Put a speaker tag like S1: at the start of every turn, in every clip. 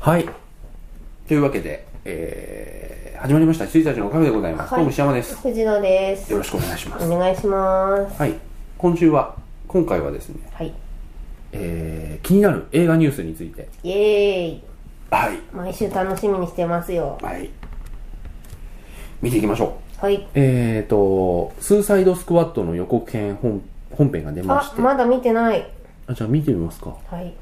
S1: はい。というわけで、えー、始まりました。水たちのおかげでございます。
S2: はい
S1: どうも石山です。
S2: 藤野です
S1: よろしくお願いします。
S2: お願いします
S1: はい。今週は、今回はですね、
S2: はい
S1: えー、気になる映画ニュースについて。
S2: イエーイ
S1: はい。
S2: 毎週楽しみにしてますよ
S1: はい。見ていきましょ
S2: はい
S1: う。えーと、スーサイドスクワットの予告編本本編が出まし
S2: あ
S1: て。
S2: まだ見てない
S1: あじゃあ見てみますか。
S2: はい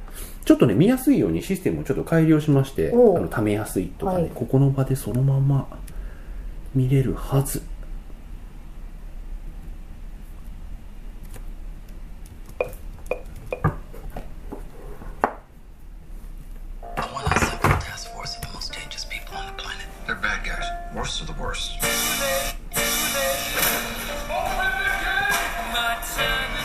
S1: ちょっとね、見やすいようにシステムをちょっと改良しまして、あ
S2: おう
S1: の、ためやすいとかね、
S2: はい
S1: ここの場でそのまま見れるはず。
S3: The one I sent for the task force are the most dangerous people on the planet.
S4: They're bad guys. Worst of the worst.
S3: My time is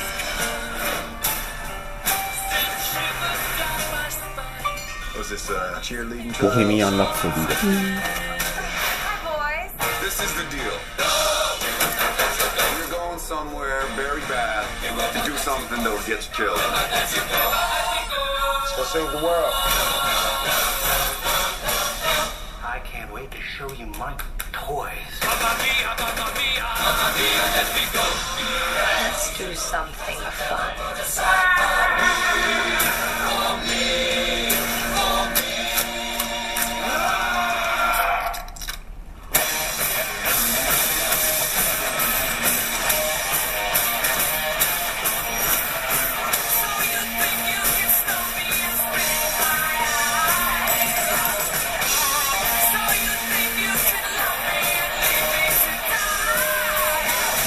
S3: Send shivers down my spine.
S4: Was this uh, cheerleading?
S1: ボヘミアン・ラプソディです。
S5: boys.
S4: This is the deal. You're going somewhere very bad. To do something that'll get you killed. Let's go save the world.
S6: I can't wait to show you my toys.
S5: Let's do something fun.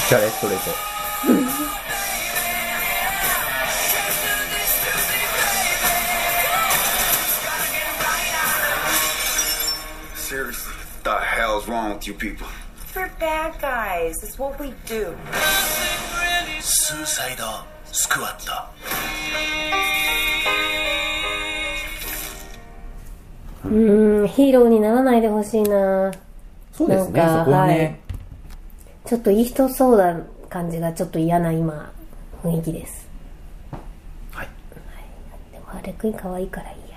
S1: じゃあ、ストレート。
S4: Seriously, what the hell's wrong with you people?
S5: We're bad guys. It's what we do.
S6: スーサイドスクワット。
S2: うんヒーローにならないでほしいな
S1: そうですね、
S2: な
S1: そ
S2: んか
S1: こはね、
S2: はいちょっといい人そうな感じがちょっと嫌な今雰囲気です
S1: はい
S2: でもあれくん可愛いからいいや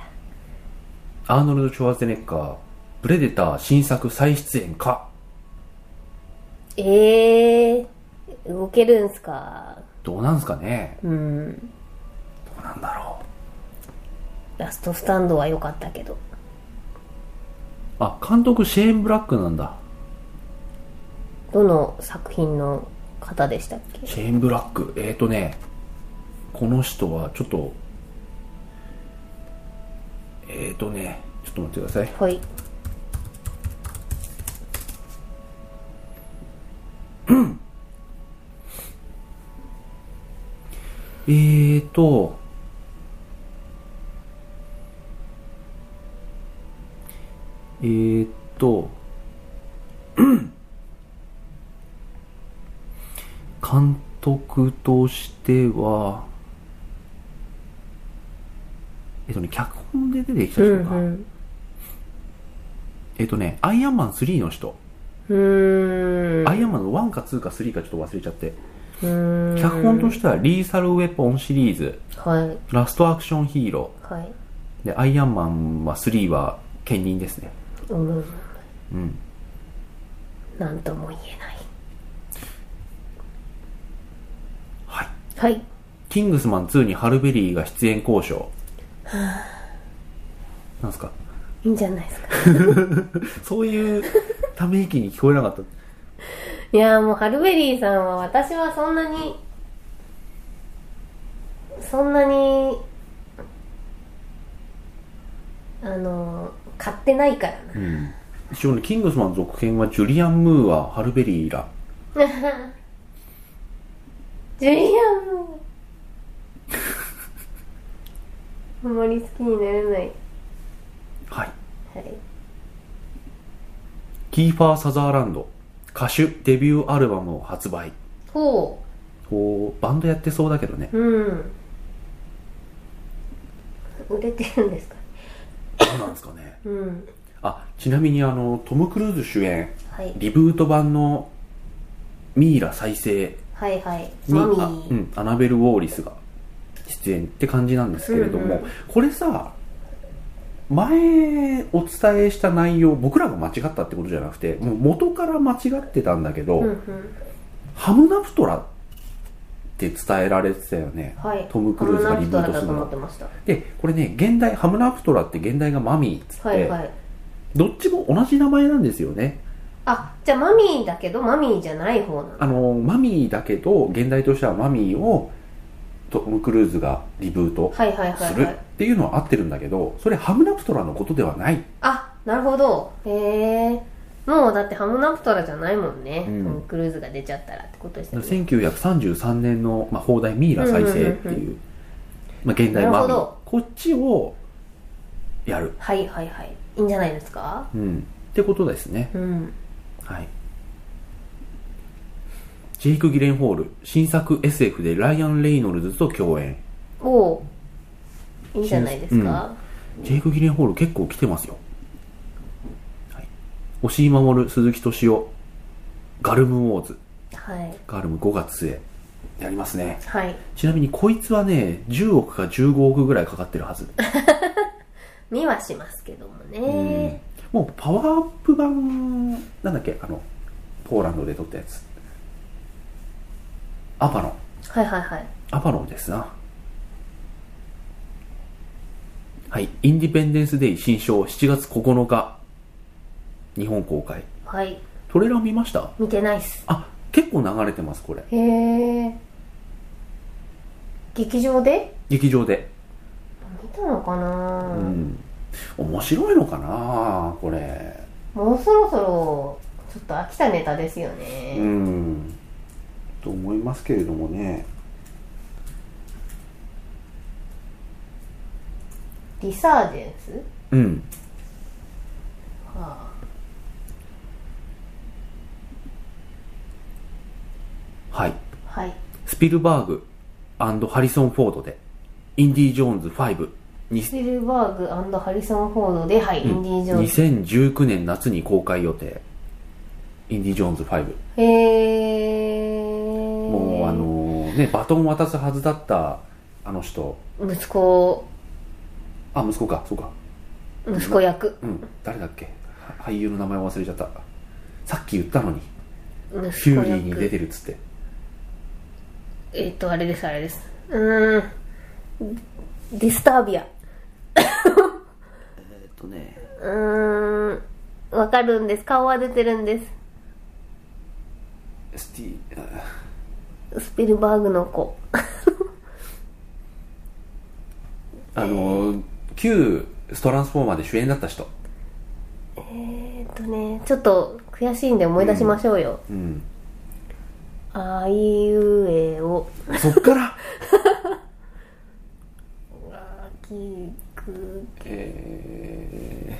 S1: アーノルド・ショワーゼネッカー、プレデター新作再出演か、
S2: ええー、動けるんすか
S1: どうなんすかねうん。どうなんだろう。
S2: ラストスタンドは良かったけど
S1: あ、監督シェーン・ブラックなんだ。
S2: どの作品の方でしたっけ
S1: シェーン・ブラック。えーとね、この人はちょっと、えーとね、ちょっと待ってください。
S2: はい
S1: えーと、えーと、 監督としては、えっとね、脚本で出てきた人が、えっとね、アイアンマン3の人。
S2: うーん
S1: アイアンマンの1か2か3かちょっと忘れちゃって。脚本としては、リーサルウェポンシリーズ、
S2: はい
S1: ラストアクションヒーロー、
S2: はい
S1: で、アイアンマンは3は兼任ですね。
S2: うん、うん、なんとも言えない
S1: はい。
S2: はい
S1: キングスマン2にハルベリーが出演交渉。なんすか
S2: いいんじゃないですか
S1: そういうため息に聞こえなかった。
S2: いやーもうハルベリーさんは私はそんなにそんなにあのー買ってないからな、
S1: 一応ね、キングスマン続編はジュリアン・ムーア、ハルベリーら。
S2: ジュリアンもあんまり好きになれない
S1: はい。
S2: はい
S1: キーファー・サザーランド、歌手デビューアルバムを発売。
S2: ほ
S1: こう、バンドやってそうだけどね。
S2: ううん売れてるんですか
S1: どうなんですかね。
S2: うん
S1: あ、ちなみにあの、トム・クルーズ主演、
S2: はい
S1: リブート版のミイラ再生
S2: はいはい
S1: に、
S2: マミ
S1: あう
S2: ー
S1: ん、アナベル・ウォーリスが出演って感じなんですけれども、これさ、前お伝えした内容僕らが間違ったってことじゃなくてもう元から間違ってたんだけど、ハムナプトラって伝えられてたよね、
S2: はい
S1: トム・クルーズがリブートする
S2: ハムナプトラだと思って
S1: の
S2: ました
S1: でこれね現代ハムナプトラって現代がマミーっつって、
S2: はいはい
S1: どっちも同じ名前なんですよね
S2: あじゃあマミーだけどマミーじゃない方なの
S1: あのマミーだけど現代としてはマミーをトム・クルーズがリブート
S2: はいはいは
S1: す
S2: い
S1: る
S2: は
S1: っ
S2: い
S1: ていうのは合ってるんだけどそれハムナプトラのことではない
S2: あなるほどへえもうだってハムナプトラじゃないもんね、
S1: うん
S2: トムクルーズが出ちゃったらってことですよね
S1: 1933年の、まあ、放題ミイラ再生って
S2: うんうんう
S1: いう、まあ、現代
S2: なる
S1: マ
S2: ほ
S1: ミ
S2: ど
S1: ーこっちをやる、
S2: はいはいはいいいんじゃないですか
S1: うん、ってことですね、
S2: うん
S1: はいジェイク・ギレンホール新作 SF でライアン・レイノルズと共演
S2: おういいんじゃないですか、
S1: ジェイク・ギレンホール結構来てますよ、はい、押井守鈴木敏夫ガルム・ウォーズ
S2: はい
S1: ガルム5月末やりますね
S2: はい
S1: ちなみにこいつはね10億か15億ぐらいかかってるはず
S2: 見はしますけどもね、
S1: もうパワーアップ版なんだっけあのポーランドで撮ったやつアパロン
S2: はいはいはい
S1: アパロンですなはいインディペンデンス・デイ新章7月9日日本公開
S2: はい
S1: トレーラー見ました
S2: 見てないっす
S1: あ結構流れてますこれ
S2: へえ劇場で
S1: 劇場で
S2: 見たのかな、
S1: うん面白いのかなこれ
S2: もうそろそろちょっと飽きたネタですよね、
S1: うんと思いますけれどもね
S2: リサージェンス
S1: うん
S2: は
S1: はい
S2: あはい
S1: スピルバーグハリソン・フォードで、インディ・ジョーンズ5、に
S2: スピルバーグハリソン・フォードではい、インディ・ジョーンズ
S1: 2019年夏に公開予定。インディ・ジョーンズ5。
S2: へえ
S1: もうあのーね、バトン渡すはずだったあの人。
S2: 息子
S1: あ、息子か、そうか。
S2: 息子役
S1: うん、誰だっけは俳優の名前忘れちゃった。さっき言ったのに、
S2: 息子役
S1: フューリーに出てるっつって。
S2: えっ、とあれですあれですうーんディスタービア
S1: えっとね、
S2: うーんわかるんです顔は出てるんです
S1: スティ
S2: スピルバーグの子
S1: あのー旧ストランスフォーマーで主演だった人。
S2: えっとねちょっと悔しいんで思い出しましょうよ、
S1: うん。
S2: あいうえを
S1: そっから、
S2: きく
S1: えー、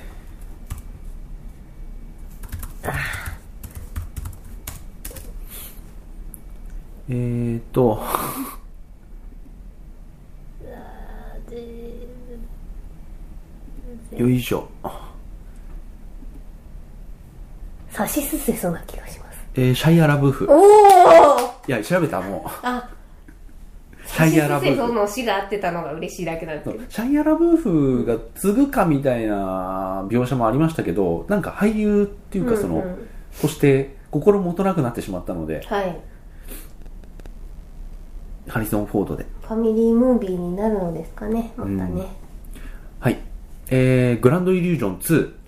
S1: えーっと、よいしょ。
S2: 差しすせそうな気がします
S1: えー、シャイアラブーフ。
S2: おお
S1: いや、調べたも
S2: あ
S1: う。シャイアラブ
S2: そ
S1: ー
S2: の詩が合ってたのが嬉しいだけなんですけ
S1: フ
S2: ど。
S1: シャイアラブーフが継ぐかみたいな描写もありましたけど、なんか俳優っていうかその、
S2: うんうん
S1: そして心もとなくなってしまったので、
S2: はい
S1: ハリソン・フォードで。
S2: ファミリームービーになるのですかねまたね、
S1: はい。えー、グランドイリュージョン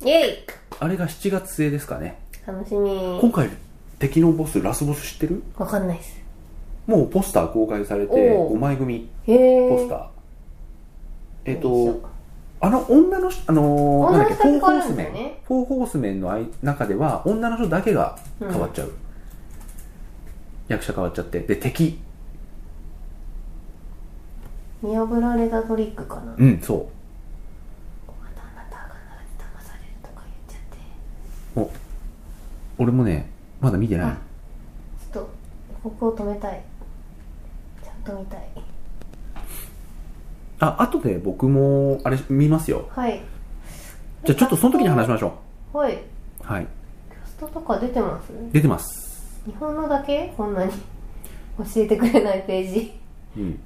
S1: 2。
S2: イェイ
S1: あれが7月末ですかね。
S2: 楽しみ
S1: 今回、敵のボス、ラスボス知ってる
S2: わかんないっす
S1: もうポスター公開されて、
S2: おう
S1: 5枚組、
S2: へえ
S1: ポスター。えっ、
S2: よいし
S1: と
S2: ょ、
S1: あの、女の人、あのー、な
S2: 女の
S1: んだ
S2: 人
S1: っけ、フォーホ
S2: だけ変わ
S1: ー
S2: る
S1: ス
S2: んだ
S1: メン
S2: よね。
S1: フォーホースメンのあい中では、女の人だけが変わっちゃう。役者変わっちゃって。で、敵。
S2: 見破られたトリックかな
S1: うん、そ
S2: またあなたが騙されるとか言っちゃって
S1: う。お、俺もね、まだ見てない。
S2: ちょっとここを止めたいちゃんと見たい
S1: あ、後で僕も、あれ、見ますよ。
S2: はい
S1: じゃあちょっとその時に話しましょ。
S2: はいう
S1: はい。
S2: キャストとか出てます
S1: 出てます。
S2: 日本のだけこんなに教えてくれないページ
S1: うん。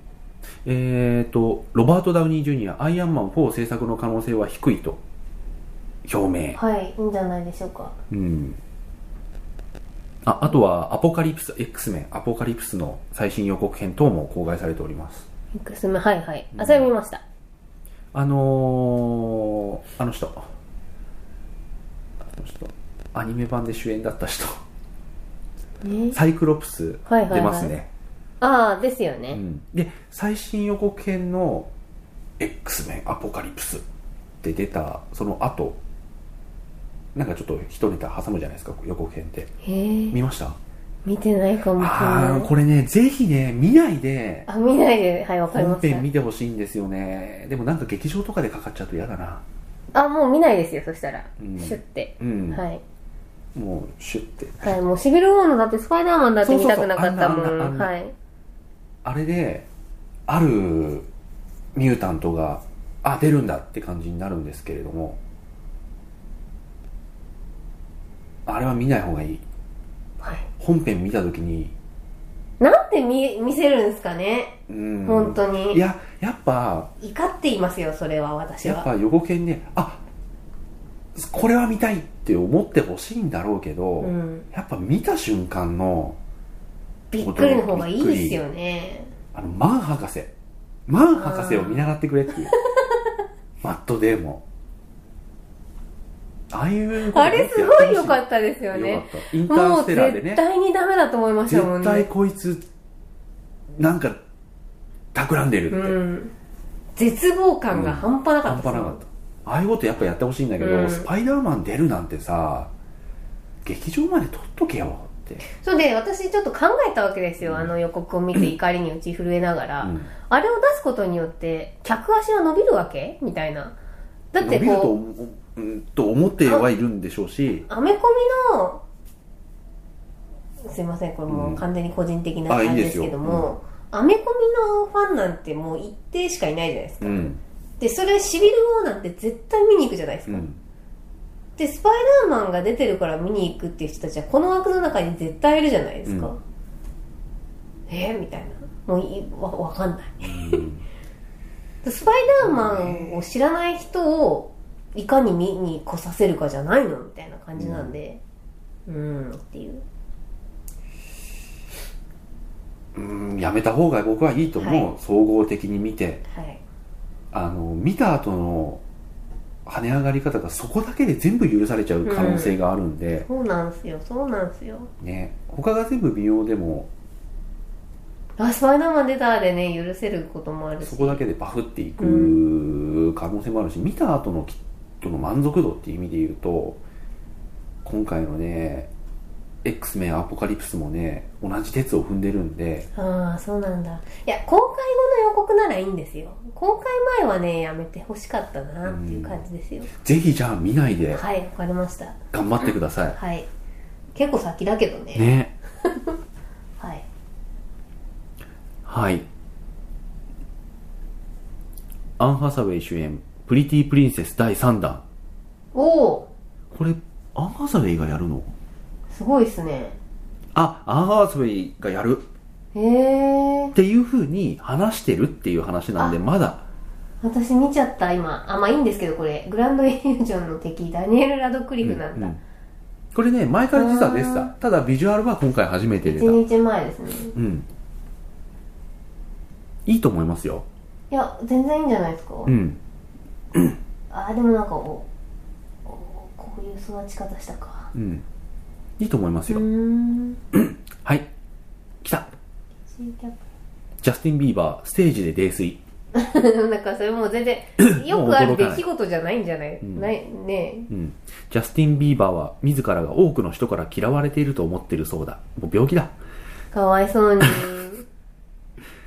S1: えー、と、ロバート・ダウニー・ジュニア、アイアンマン4制作の可能性は低いと、表明。
S2: はい、いいんじゃないでしょうか。
S1: うん。あ、あとは、アポカリプス X メン、アポカリプスの最新予告編等も公開されております。
S2: X メン、はいはい。あ、それ見ました。
S1: あのー、あの人。あの人。アニメ版で主演だった人。
S2: ね、
S1: サイクロプス
S2: はいはいはい
S1: 出ますね。
S2: ああ、ですよ
S1: う
S2: ね。
S1: ん、で、最新予告編の X メンアポカリプスって出た、その後、なんかちょっと一ネタ挟むじゃないですか、予告編って。
S2: へえ、
S1: 見ました
S2: 見てないかもしれ
S1: あ
S2: な
S1: あ、
S2: い。
S1: これね、ぜひね、見ないで、
S2: あ、見ないで、はい、わかりま
S1: 本編
S2: し
S1: 見てほしいんですよね。でもなんか劇場とかでかかっちゃうと嫌だな。
S2: た。あ、もう見ないですよ、そしたら。
S1: うん
S2: シュって
S1: う。ん。
S2: はい。
S1: もう、シュって。
S2: はい、もうシビルウォーのだってスパイダーマンだって見たくなかったも
S1: そうそうそうあん
S2: ん。
S1: なあんなあんな
S2: はい。
S1: あれで、あるミュータントが、あ、出るんだって感じになるんですけれども、あれは見ない方がいい。
S2: はい
S1: 本編見たときに、
S2: なんて見、見せるんですかね
S1: うん
S2: 本当に
S1: いや、やっぱ、
S2: 怒っていますよ、それは、私
S1: やっ
S2: は。
S1: ぱ予告編ね、あこれは見たいって思ってほしいんだろうけど、
S2: うん。
S1: やっぱ見た瞬間の、
S2: びっくりの方がいいですよね。
S1: あの、マン博士。マン博士を見習ってくれっていう。マットデーモン。ああいうこと
S2: あ
S1: ね
S2: れすごい良か
S1: や
S2: ったですよ
S1: てほしいよ
S2: ね。
S1: かった。インタ
S2: も
S1: ー
S2: う
S1: ステラーで
S2: 絶
S1: ね。
S2: 対にダメだと思いましたもん
S1: 絶対
S2: ね。
S1: こいつ、なんか、企んでるって。
S2: うん。絶望感が半端なか
S1: 半
S2: っ
S1: 端
S2: た
S1: な
S2: ですもん
S1: かった。ああいうことやっぱやってほしいんだけど、
S2: うん
S1: スパイダーマン出るなんてさ、劇場まで撮っとけよって。
S2: そうで、私ちょっと考えたわけですよ。あの予告を見て怒りに打ち震えながら。
S1: うん
S2: あれを出すことによって、客足は伸びるわけみたいな。だって
S1: 伸びると
S2: こう、
S1: 思ううんと思ってはいるんでしょうし、
S2: アメコミの、すいません、これもう完全に個人的な
S1: あいい
S2: 感じ
S1: で
S2: ですす
S1: よ
S2: けども、アメコミのファンなんてもう一定しかいないじゃないですか。
S1: うん。
S2: で、それシビル王なんて絶対見に行くじゃないです
S1: う
S2: か。
S1: ん。
S2: で、スパイダーマンが出てるから見に行くっていう人たちは、この枠の中に絶対いるじゃないですか。
S1: うん
S2: えーみたいな。もういわ、わかんない。スパイダーマンを知らない人を、いかに見に来させるかじゃないのみたいな感じなんで。うん、ん、っていう。
S1: うんやめた方が僕はいいと思う、
S2: は
S1: 総合的に見て
S2: はい。
S1: あの見た後の跳ね上がり方がそこだけで全部許されちゃう可能性があるんで、
S2: そうなんすよ、そうなんすよ。
S1: ね他が全部微妙でも
S2: あ、スパイダーマン出たでね、許せることもあるし。
S1: そこだけでバフっていく可能性もあるし、見た後のきっとの満足度っていう意味で言うと今回のね X メンアポカリプスもね同じ鉄を踏んでるんで
S2: ああ、そうなんだ。いや、公開後の予告ならいいんですよ。公開前はね、やめてほしかったなっていう感じですよ。
S1: ぜひじゃあ見ないで
S2: はい、わかりました。
S1: 頑張ってください、
S2: はい。結構先だけどね。
S1: ね
S2: はい。
S1: はい。アン・ハサウェイ主演、プリティ・プリンセス第3弾。
S2: おお
S1: これ、アン・ハサウェイがやるの
S2: すごいですね。
S1: あ、アン・ハサウェイがやる
S2: へえ
S1: っ。ていう風に話してるっていう話なんで、
S2: あ
S1: まだ、
S2: 私見ちゃった、今。あ、まあいいんですけど、これ。グランドイリュージョンの敵、ダニエル・ラドクリフなんだ。
S1: うんこれね、前から実は出てた
S2: あ。
S1: ただ、ビジュアルは今回初めて出た。
S2: 1日前ですね。
S1: うん。いいと思いますよ。
S2: いや、全然いいんじゃないですか。
S1: うん。
S2: あーでもなんかおおこういう育ち方したか
S1: うん。いいと思います
S2: うー
S1: よ。
S2: ん
S1: はい。来た。
S2: 新キャップ
S1: ジャスティン・ビーバー、ステージで泥酔。
S2: なんかそれもう 全然よくある出来事じゃないんじゃない
S1: ん
S2: ないね
S1: うん、ジャスティン・ビーバーは自らが多くの人から嫌われていると思ってるそうだ。もう病気だ。
S2: えかわ いそうに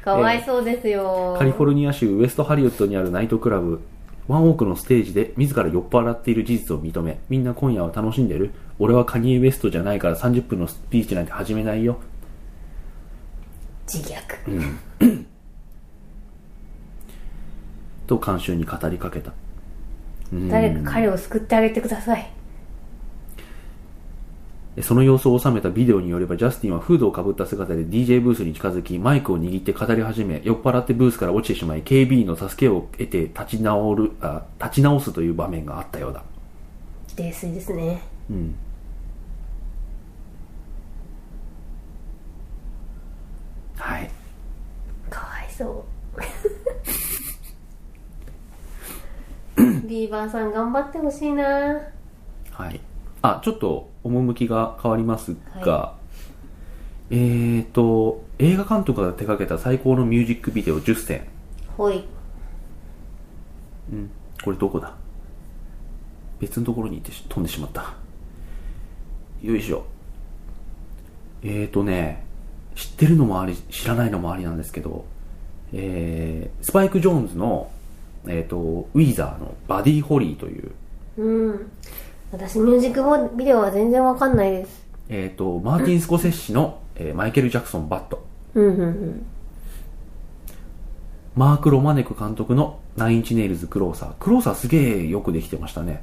S2: かわいそうですよ、
S1: カリフォルニア州ウエストハリウッドにあるナイトクラブ、ワンオークのステージで自ら酔っ払っている事実を認め、みんな今夜は楽しんでる俺はカニエ・ウエストじゃないから30分のスピーチなんて始めないよ。
S2: 自虐
S1: と監修に語りかけた。
S2: 誰か彼を救ってあげてください
S1: その様子を収めたビデオによれば、ジャスティンはフードをかぶった姿で DJ ブースに近づき、マイクを握って語り始め、酔っ払ってブースから落ちてしまい、警備員の助けを得て立ち直るあ立ち直すという場面があったようだ。
S2: 泥酔ですね
S1: うん。はい。
S2: かわいそう ビーバーさん頑張ってほしいな
S1: はい。あ、ちょっと趣が変わりますが、えーと、映画監督が手掛けた最高のミュージックビデオ10選。
S2: ほい
S1: これどこだ別のところに行ってし飛んでしまった。よいしょ。えーとね、知ってるのもあり、知らないのもありなんですけど、えー、スパイク・ジョーンズの、えーと、ウィーザーのバディ・ホリーという、
S2: うん私ミュージックビデオは全然わかんないです
S1: えーと、マーティン・スコセッシの、えーマイケル・ジャクソン・バット。
S2: うんうんうん
S1: マーク・ロマネク監督のナインチネイルズ・クローサー。クローサーすげえよくできてましたね。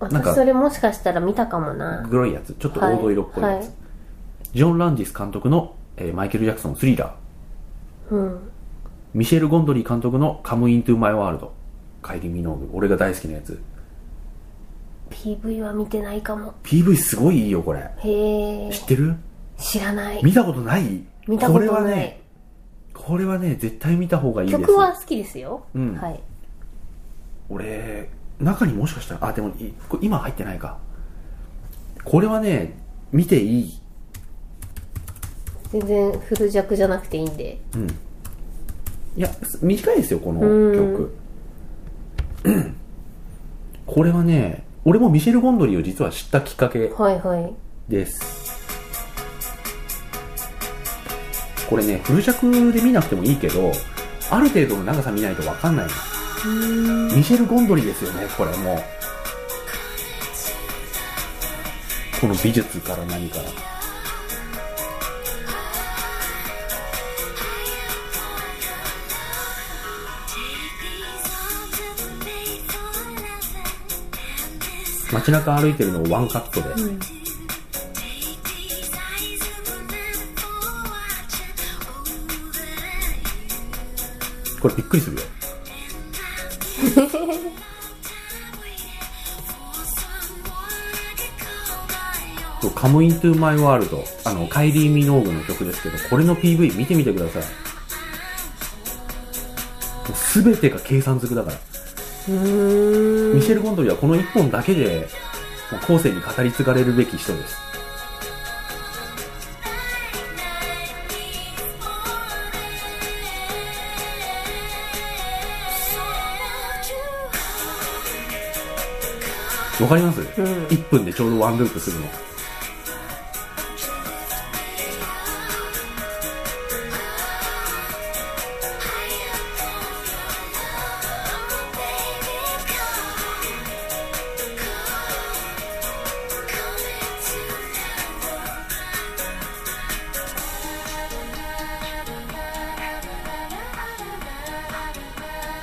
S1: なんか
S2: 私それもしかしたら見たかもな
S1: 黒いやつ。ちょっと黄土色っぽいやつ。
S2: はいはい
S1: ジョン・ランディス監督の、えーマイケル・ジャクソン・スリーラー。
S2: うん
S1: ミシェル・ゴンドリー監督のカム・イントゥ・マイ・ワールド。カイリー・ミノーグ。俺が大好きなやつ。
S2: PV は見てないかも
S1: PV すごいいいよ、これ。
S2: へえ
S1: 知ってる
S2: 知らない
S1: 見たことない
S2: 見たことない
S1: これはね、これはね、絶対見た方がいいです。
S2: 曲は好きですよ、
S1: うん
S2: はい
S1: 俺中にもしかしたらあでもいこれ今入ってないかこれはね見ていい
S2: 全然古弱じゃなくていいんで
S1: いや短いですよこの
S2: うん
S1: 曲 これはね俺もミシェル・ゴンドリーを実は知ったきっかけ
S2: はいはい
S1: ですこれねフル尺で見なくてもいいけどある程度の長さ見ないと分かんないのミシェル・ゴンドリーですよねこれもうこの美術から何から街中歩いてるのをワンカットで、これびっくりするよそう「カムイントゥマイワールドあのカイリー・ミノーグの曲ですけどこれの PV 見てみてくださいもう全てが計算づくだからミシェル・ゴンドリーはこの1本だけでもう後世に語り継がれるべき人ですわかります、?1 分でちょうどワンループするの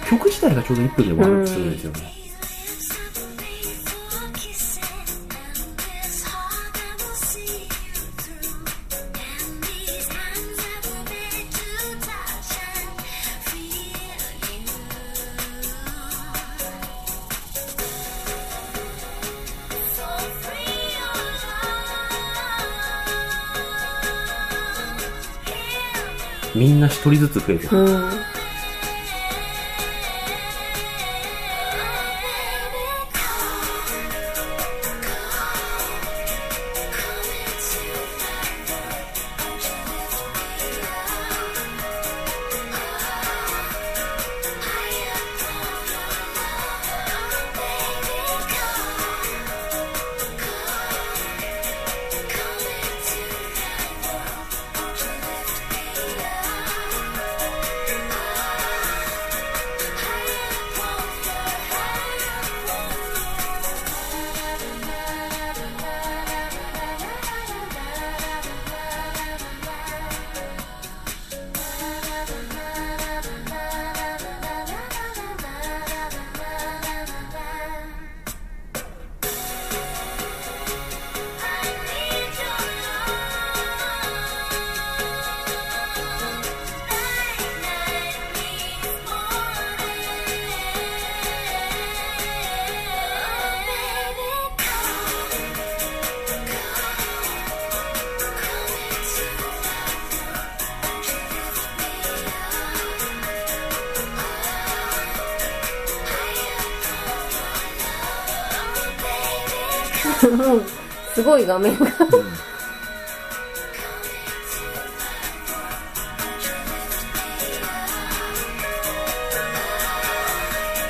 S1: 曲自体がちょうど1分でワンループするんですよね、みんな一人ずつ増えてくる、
S7: 「
S2: もうすごい画面が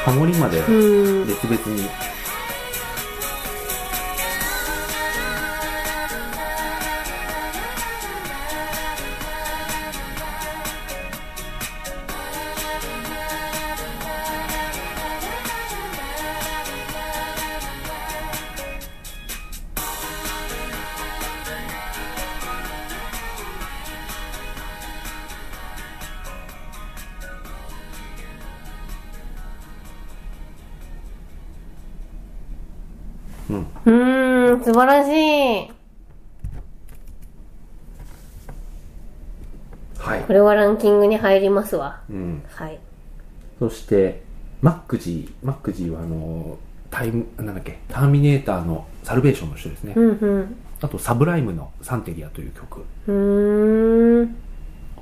S1: ハモリまで
S2: うん
S1: 別々に
S2: うーん素晴らしい
S1: はい
S2: こ、れはランキングに入りますわ
S1: うん、
S2: はい
S1: そしてマックジーマックジーはあのタイムなんだっけターミネーターのサルベーションの人ですね、
S2: うん
S1: あとサブライムのサンテリアという曲
S2: うんうーん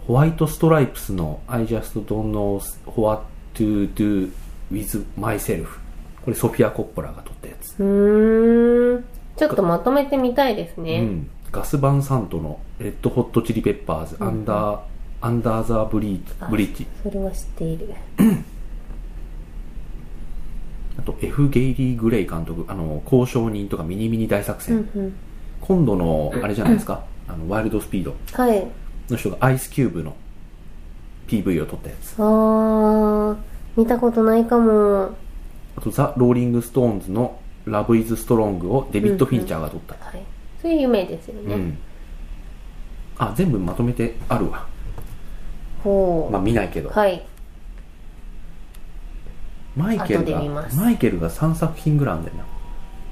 S1: ホワイトストライプスの I just don't know what to do with myself これソフィア・コッポラが撮ったやつ、
S2: うーんちょっとまとめてみたいです
S1: う
S2: ね
S1: ん、ガス・バンサントのレッド・ホット・チリ・ペッパーズ、アンダーアンダーザブリー
S2: あ
S1: ブリッジ
S2: それは知っている
S1: あと F ・ゲイリー・グレイ監督あの交渉人とかミニミニ大作戦、
S2: うん
S1: 今度のあれじゃないですかあのワイルド・スピード
S2: はい
S1: の人がアイスキューブの PV を撮ったやつ
S2: あー見たことないかも
S1: あとザ・ローリング・ストーンズのラブ・イズ・ストロングをデビッド・フィンチャーが撮った、
S2: はいそういう夢ですよね、
S1: うん、あ全部まとめてあるわ
S2: ほう、
S1: まあ見ないけど、
S2: はい
S1: マイケル
S2: 後で
S1: が
S2: 見ます
S1: マイケルが3作品ぐらいあんだよな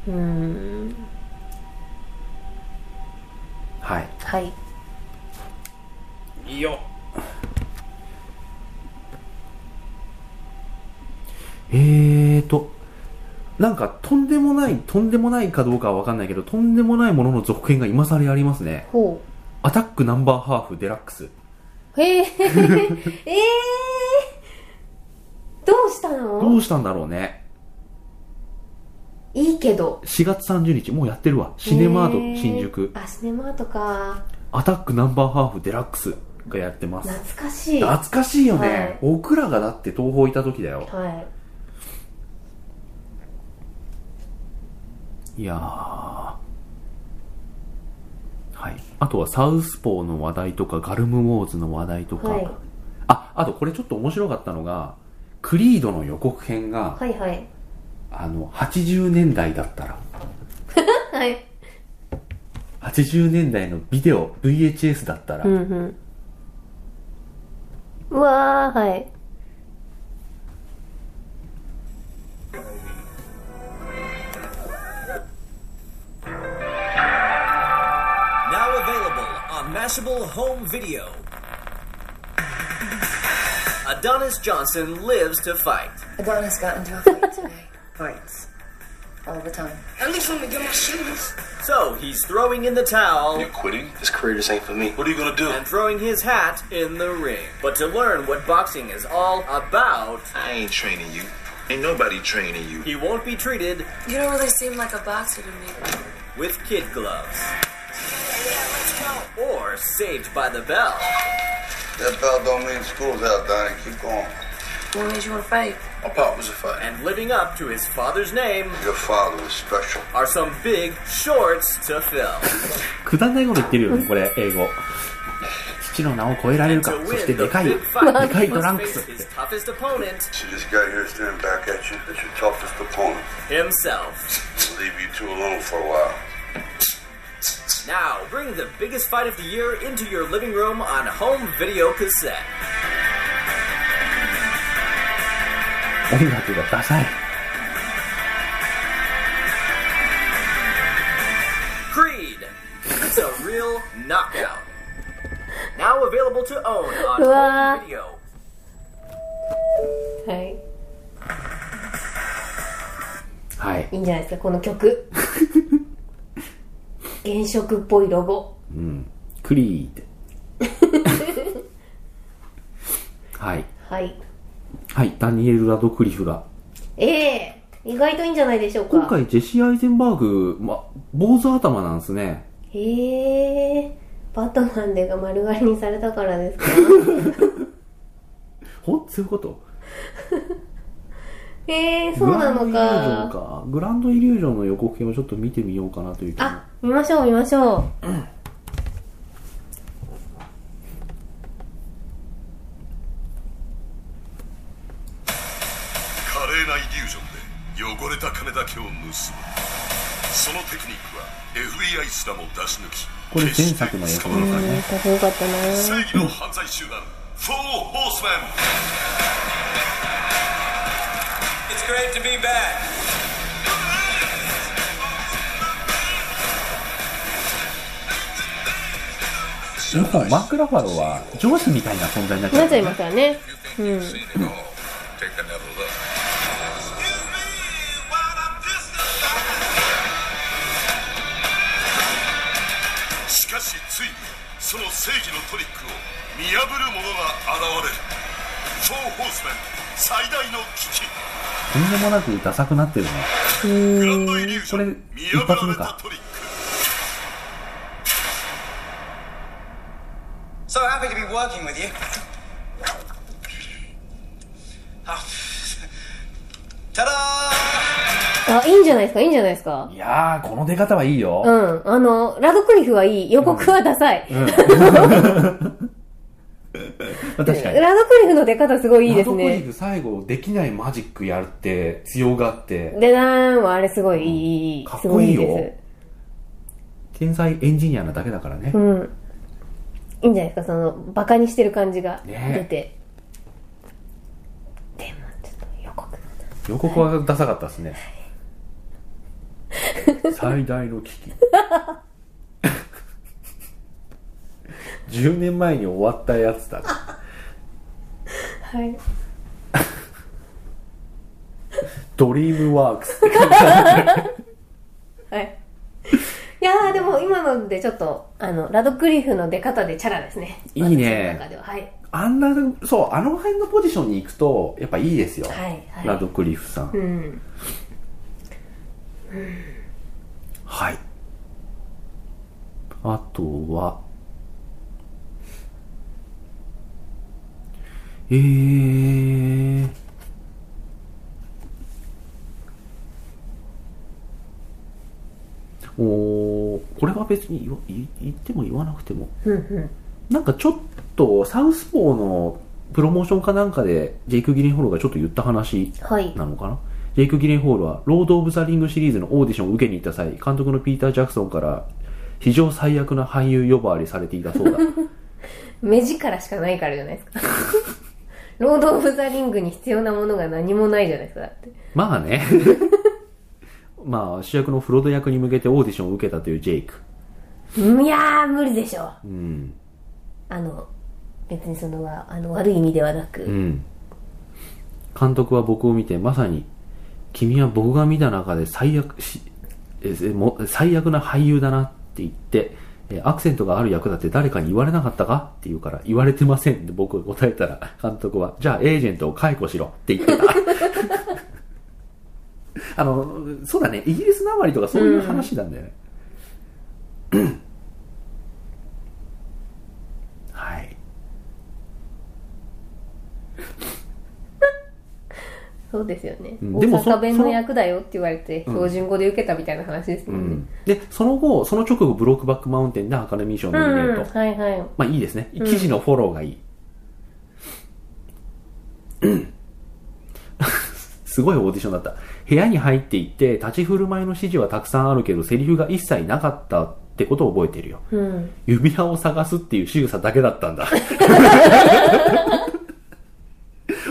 S2: うーん
S1: はい
S2: はい
S1: いいよえーとなんかとんでもないとんでもないかどうかは分かんないけどとんでもないものの続編が今更ありますね
S2: ほう
S1: アタックナンバーハーフデラックス
S2: へ ええー、どうした
S1: ど
S2: の
S1: うしたんだろうね
S2: いいけど
S1: 4月30日もうやってるわシネマー
S2: へ
S1: ド
S2: ー
S1: 新宿
S2: あシネマートか
S1: アタックナンバーハーフデラックスがやってます
S2: 懐かしい
S1: 懐
S2: は
S1: かしいよね、
S2: はい
S1: 僕らがだって東宝いた時だよ
S2: い
S1: いやーはいあとはサウスポーの話題とかガルムウォーズの話題とか、
S2: はい
S1: ああとこれちょっと面白かったのがクリードの予告編が、
S2: はいはい
S1: あの80年代だったら
S2: はい
S1: 80年代のビデオ VHS だったら、
S2: うんうんうわーはい
S7: Now available on Mashable Home Video. Adonis Johnson lives to fight.
S5: Adonis got into a fight today. Fights. All the time.
S8: At least let me get my shoes.
S7: So he's throwing in the towel
S4: You quitting?
S6: This career just ain't for me.
S4: What are you gonna do?
S7: and throwing his hat in the ring. But to learn what boxing is all about,
S4: I ain't training you. Ain't nobody training you.
S7: he won't be treated
S8: You don't really seem like a boxer to me.
S7: with kid gloves. Or saved by the bell.
S9: That bell don't mean school's out, Donnie. Keep going.
S8: What made you want to fight?
S9: My pop was a fighter.
S7: And living up to his father's name
S9: Your father was special.
S7: are some big shorts to fill.
S1: くだんないこと言ってるよねこれ英語父の名を超えられる
S7: And
S1: か
S7: to
S1: そし
S7: win
S1: て
S7: the
S1: でかい
S7: big
S1: で
S7: fight,
S1: か
S7: he
S1: いトラン
S7: must
S1: クス
S7: face
S1: って
S7: his toughest oppononent,
S9: See this guy here staring back at you? That's your toughest opponent.
S7: himself.
S9: I'll leave you two alone for a while.
S7: Now, bring the biggest fight of the year into your living room on home video cassette.
S1: 音楽がダサい
S7: Creed. It's a real knockout. Now available to own on
S2: Wow.
S7: home video.
S2: はい
S1: はい
S2: いいんじゃないですかこの曲 原色っぽいロゴ
S1: クリーってはい
S2: はい
S1: はいダニエル・ラドクリフが
S2: ええ意外といいんじゃないでしょうか
S1: 今回ジェシー・アイゼンバーグ、ま、坊主頭なんですね
S2: へえバットマンでが丸刈りにされたからですか
S1: ほんそういうこと
S2: へえそうなの
S1: グランドイリュージョン
S2: か
S1: かグランドイリュージョンの予告編をちょっと見てみようかなという気も
S2: あ見ましょう見ましょう
S10: 華麗なイリュージョンで汚れた金だけを盗むそのテクニックは FBI すらも出し抜き
S1: これ前作の予告
S10: 決して捕まらない
S2: なんかすごかったな
S10: 正義の犯罪集団フォー・ホースメン
S6: It's great to be back.
S1: マック・ラファローは上司みたいな存在になっちゃ
S2: な
S1: う
S2: っちゃいますからね
S9: You think you've seen it all? Take another look.
S10: Excuse me while I'm distant. しかしついにその正義のトリックを見破る者が現れるフォー・ホースメン最大の危機
S1: とんでもなくダサくなってるね
S10: グランドイ
S3: Mm.
S10: リュージョン
S1: これ
S10: 見
S1: 一
S10: 破
S1: 発
S10: ら
S1: 目
S10: れ
S1: か
S10: たトリック
S6: So happy to be working with you. Ah, Ta-da!
S2: あいいんじゃないですかいいんじゃないですか
S1: いやーこの出方はいいよ、
S2: うんあのラドクリフはいい予告はダサい、
S1: 確かに
S2: ラドクリフの出方すごいいいです
S1: ラドクリ
S2: ね
S1: フ最後できないマジックやるって強がって
S2: でなーんはあれすごいいいいい
S1: かっ
S2: すご
S1: こ
S2: い
S1: いい
S2: いい
S1: よ
S2: で
S1: 天才エンジニアなだけだからね
S2: すうんいいんじゃないですかそのバカにしてる感じが出
S1: ね
S2: て、でもちょっと予告
S1: 予告はダサかったです ね最大の危機10年前に終わったやつだ
S2: はい
S1: ドリームワークスって
S2: はい。いやーでも今のでちょっと、あの、ラドクリフの出方でチャラですね。
S1: いいね
S2: 私の中では。はい。
S1: あんなそうあの辺のポジションに行くとやっぱいいですよ、
S2: はいはい
S1: ラドクリフさん、
S2: うん。
S1: はいあとはえー、おーこれは別に言わ言言っても言わなくても
S2: うんうん。
S1: なんかちょっとサウスポーのプロモーションかなんかでジェイク・ギレンホールがちょっと言った話
S2: はい。
S1: なのかなジェイク・ギレンホールはロード・オブ・ザ・リングシリーズのオーディションを受けに行った際監督のピーター・ジャクソンから非常最悪な俳優呼ばわりされていたそうだ
S2: 目力しかないからじゃないですか。 ロード・オブ・ザ・リングに必要なものが何もないじゃないですか。だって。
S1: まあね まあ主役のフロド役に向けてオーディションを受けたというジェイク
S2: いやー、無理でしょ
S1: う
S2: う。
S1: ん
S2: あの、別にそのは、あの、悪い意味ではなく。
S1: うん監督は僕を見てまさに君は僕が見た中で最悪しええも最悪な俳優だなって言ってえアクセントがある役だって誰かに言われなかったかって言うから言われてませんって僕が答えたら監督はじゃあエージェントを解雇しろって言ってたあのそうだねイギリスなまりとかそういう話なんだよね、はい
S2: そうですよね。
S1: うん
S2: 大
S1: でもそ
S2: 阪弁
S1: そ
S2: の
S1: の
S2: 役だよって言われて、標準語で受けたみたいな話ですもんね。
S1: で、その後、その直後、ブロックバックマウンテンでアカデミー賞をノミネート。
S2: はいはい。
S1: まあいいですね。記事のフォローがいい。すごいオーディションだった。部屋に入っていって、立ち振る舞いの指示はたくさんあるけど、セリフが一切なかったってことを覚えてるよ。
S2: うん。
S1: 指輪を探すっていう仕草だけだった んだ。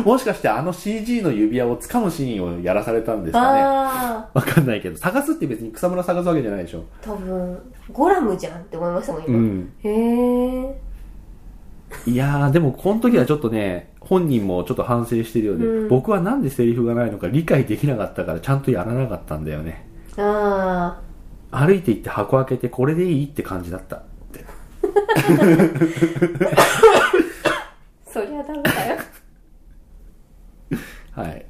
S1: もしかしてあの CG の指輪を掴むシーンをやらされたんですかね。
S2: あ
S1: わかんないけど、探すって別に草むら探すわけじゃないでしょ。
S2: ー、多分、ゴラムじゃんって思いましたもん、今。
S1: ん。
S2: へー。
S1: いやー、でもこの時はちょっとね、本人もちょっと反省してるようで、
S2: うん
S1: 僕はなんでセリフがないのか理解できなかったからちゃんとやらなかったんだよね。
S2: あ
S1: 歩いて行って箱開けてこれでいいって感じだったって。
S2: ー、そりゃダメだよ。
S1: はい。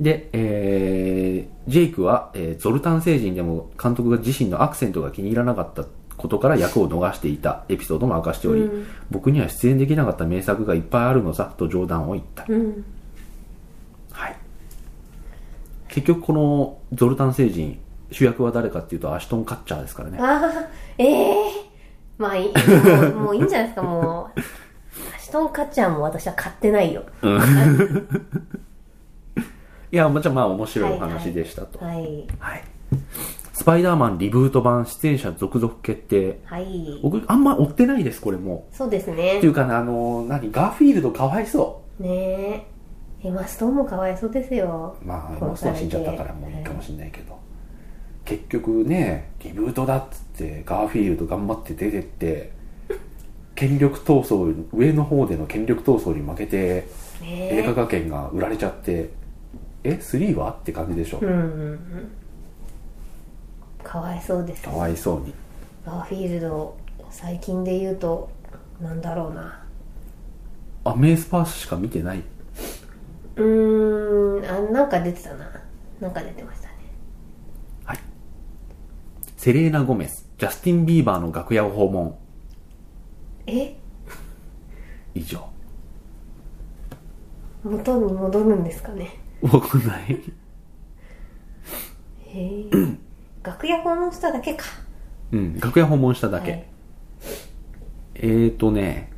S1: で、えー、ジェイクは、えーゾルタン星人でも監督が自身のアクセントが気に入らなかったことから役を逃していたエピソードも明かしており、僕には出演できなかった名作がいっぱいあるのさと冗談を言った、
S2: ん
S1: はい結局このゾルタン星人主役は誰かっていうとアシュトン・カッチャーですからね
S2: あーええまあいいもうもういいんじゃないですかもうアシュトン・カッチャーも私は買ってないよ
S1: いやまあじゃあまあ面白いお話でしたと、
S2: はい
S1: はいスパイダーマンリブート版出演者続々決定
S2: はい
S1: 僕あんま追ってないですこれも
S2: そうです
S1: っ
S2: ね
S1: ていうかなあの何ガーフィールドかわいそ
S2: ねえエマストーンもかわいそうですよ
S1: うまあ今
S2: 殺
S1: スト
S2: さ
S1: は
S2: れて
S1: 死んじゃったからもういいかもしんないけど、結局ねリブートだっつってガーフィールド頑張って出てって権力闘争上の方での権力闘争に負けて
S2: ねえ
S1: 映画化権が売られちゃってえ3はって感じでしょ、
S2: うんうんうんかわいそうです
S1: かわいそうに
S2: ガーフィールド最近で言うとなんだろうな
S1: アメースパースしか見てないう
S2: ーんあなんか出てたななんか出てましたね
S1: セレーナ・ゴメスジャスティン・ビーバーの楽屋を訪問
S2: え
S1: 以上
S2: 元に戻るんですかね
S1: わかんない
S2: へえ楽屋訪問しただけか
S1: うん、楽屋訪問しただけ。
S2: はい
S1: えーとね、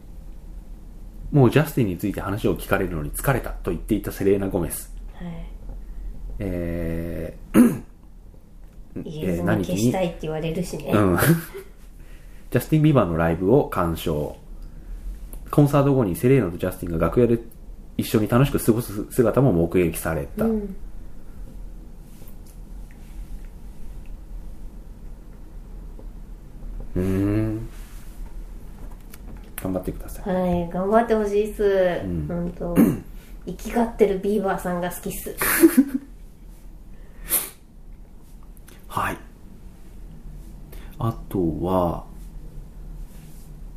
S1: もうジャスティンについて話を聞かれるのに疲れたと言っていたセレーナ・ゴメス。
S2: はい
S1: え
S2: 入れ
S1: えー
S2: 墨
S1: 何
S2: 消したいって言われるしね、
S1: ー、うん。ジャスティン・ビーバーのライブを鑑賞。コンサート後にセレーナとジャスティンが楽屋で一緒に楽しく過ごす姿も目撃された。うーん頑張ってください。
S2: はい頑張ってほしいっす、本当生きがってるビーバーさんが好きっす
S1: はい。あとは、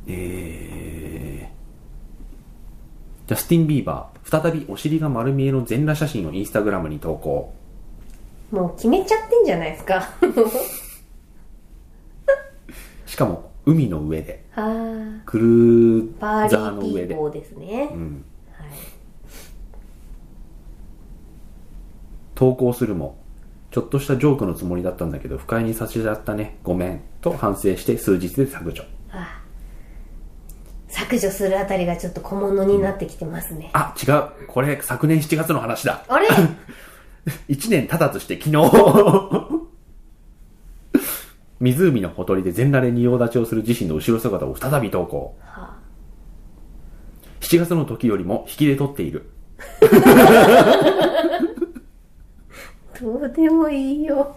S1: えー、ジャスティン・ビーバー、再びお尻が丸見えの全裸写真をインスタグラムに投稿。
S2: もう決めちゃってんじゃないですか
S1: しかも、海の上で、
S2: あー
S1: クルー
S2: バーリ
S1: ザー
S2: ー
S1: の
S2: ピ
S1: 上
S2: ー
S1: で。
S2: ポーですね、
S1: うん
S2: はい
S1: 投稿するも、ちょっとしたジョークのつもりだったんだけど、不快にさせちゃったね、ごめん、と反省して数日で削除。
S2: 削除するあたりがちょっと小物になってきてますね、
S1: あ、違う。これ、昨年7月の話だ。
S2: あれ
S1: 1年経たずして昨日 湖のほとりで全裸で仁王立ちをする自身の後ろ姿を再び投稿、7月の時よりも引きで撮っている
S2: どうでもいいよ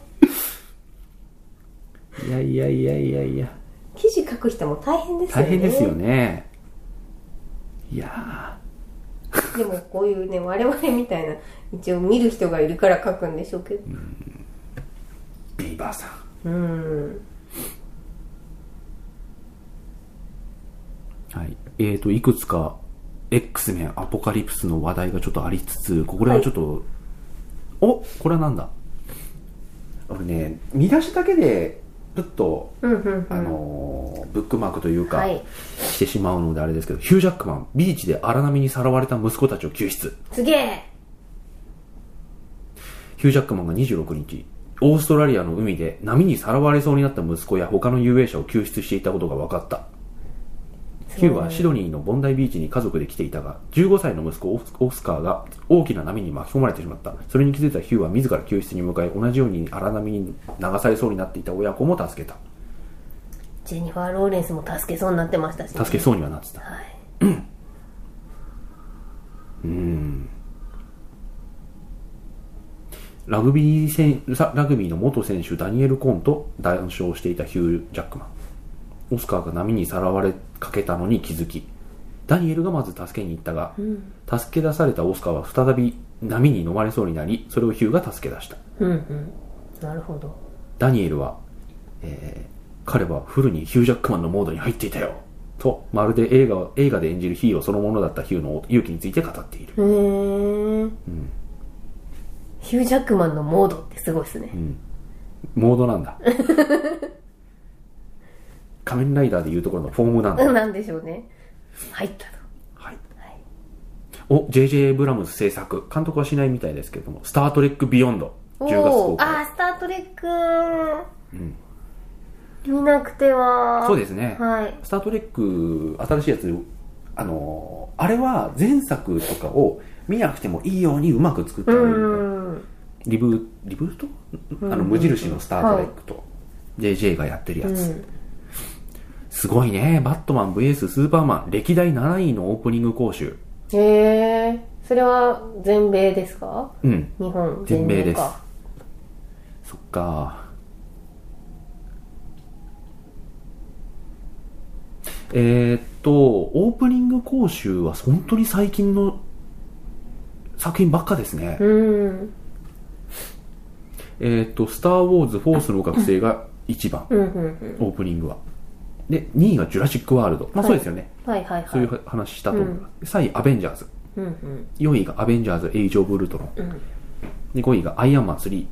S1: いやいやいやいやいや
S2: 記事書く人も大変ですよ
S1: 大
S2: ね
S1: 変ですよねいや
S2: でもこういうね我々みたいな一応見る人がいるから書くんでしょうけど
S1: ービーバーさん
S2: うん
S1: はい。えーと、いくつか、X メンアポカリプスの話題がちょっとありつつ、これはちょっと、おこれはなんだ俺ね、見出しだけで、ちょっと、
S2: うんうん
S1: あのーブックマークというか、
S2: はい
S1: してしまうのであれですけど、ヒュージャックマン、ビーチで荒波にさらわれた息子たちを救出。
S2: すげえ
S1: ヒュージャックマンが26日、オーストラリアの海で波にさらわれそうになった息子や他の遊泳者を救出していたことが分かった。ヒューはシドニーのボンダイビーチに家族で来ていたが、15歳の息子オスオスカーが大きな波に巻き込まれてしまった。それに気づいたヒューは自ら救出に向かい、同じように荒波に流されそうになっていた親子も助けた。
S2: ジェニファー・ローレンスも助けそうになってましたし、ね、
S1: 助けそうにはなってた。
S2: はい
S1: ラグビー選ララグビーの元選手ダニエル・コーンと談笑していたヒュー・ジャックマンオスカーが波にさらわれかけたのに気づきダニエルがまず助けに行ったが、助け出されたオスカーは再び波に飲まれそうになりそれをヒューが助け出した
S2: うんうんなるほど
S1: ダニエルは、えー彼はフルにヒュー・ジャックマンのモードに入っていたよとまるで映画を映画で演じるヒーローそのものだったヒューの勇気について語っている
S2: へえ、うん、ヒュージャックマンのモードってすごいですね。
S1: モード なんだ仮面ライダーでいうところのフォームなんだ、
S2: なんでしょうね。入ったと。
S1: はいお JJ ブラムズ制作監督はしないみたいですけども「スター・トレック・ビヨンド」10月公
S2: おーあ
S1: 開
S2: ー、スタートレックー、見なくては。
S1: そうですね、
S2: はい。
S1: スター・トレック」新しいやつあのーあれは前作とかを見なくてもいいようにうまく作って
S2: う
S1: あ
S2: ー
S1: げる
S2: ん。
S1: リブリブートあの無印の「スター・トレック」と JJ がやってるやつ、すごいねバットマン VS スーパーマン歴代7位のオープニング講習
S2: へえー、それは全米ですか
S1: うん
S2: 日本
S1: 全米です
S2: か
S1: そっかえーっとオープニング講習は本当に最近の作品ばっかですね、
S2: うん。
S1: えーっと「スター・ウォーズ・フォースの学生」が1番、
S2: うん、うん、
S1: オープニングはで2位が「ジュラシック・ワールド」まあそうですよね、
S2: うん。はいはいはい。
S1: そういう話したと思います、3位「アベンジャーズ」
S2: うん、うん。
S1: 4位が「アベンジャーズ・エイジ・オブ・ウルトロン」で5位が「アイアンマン3」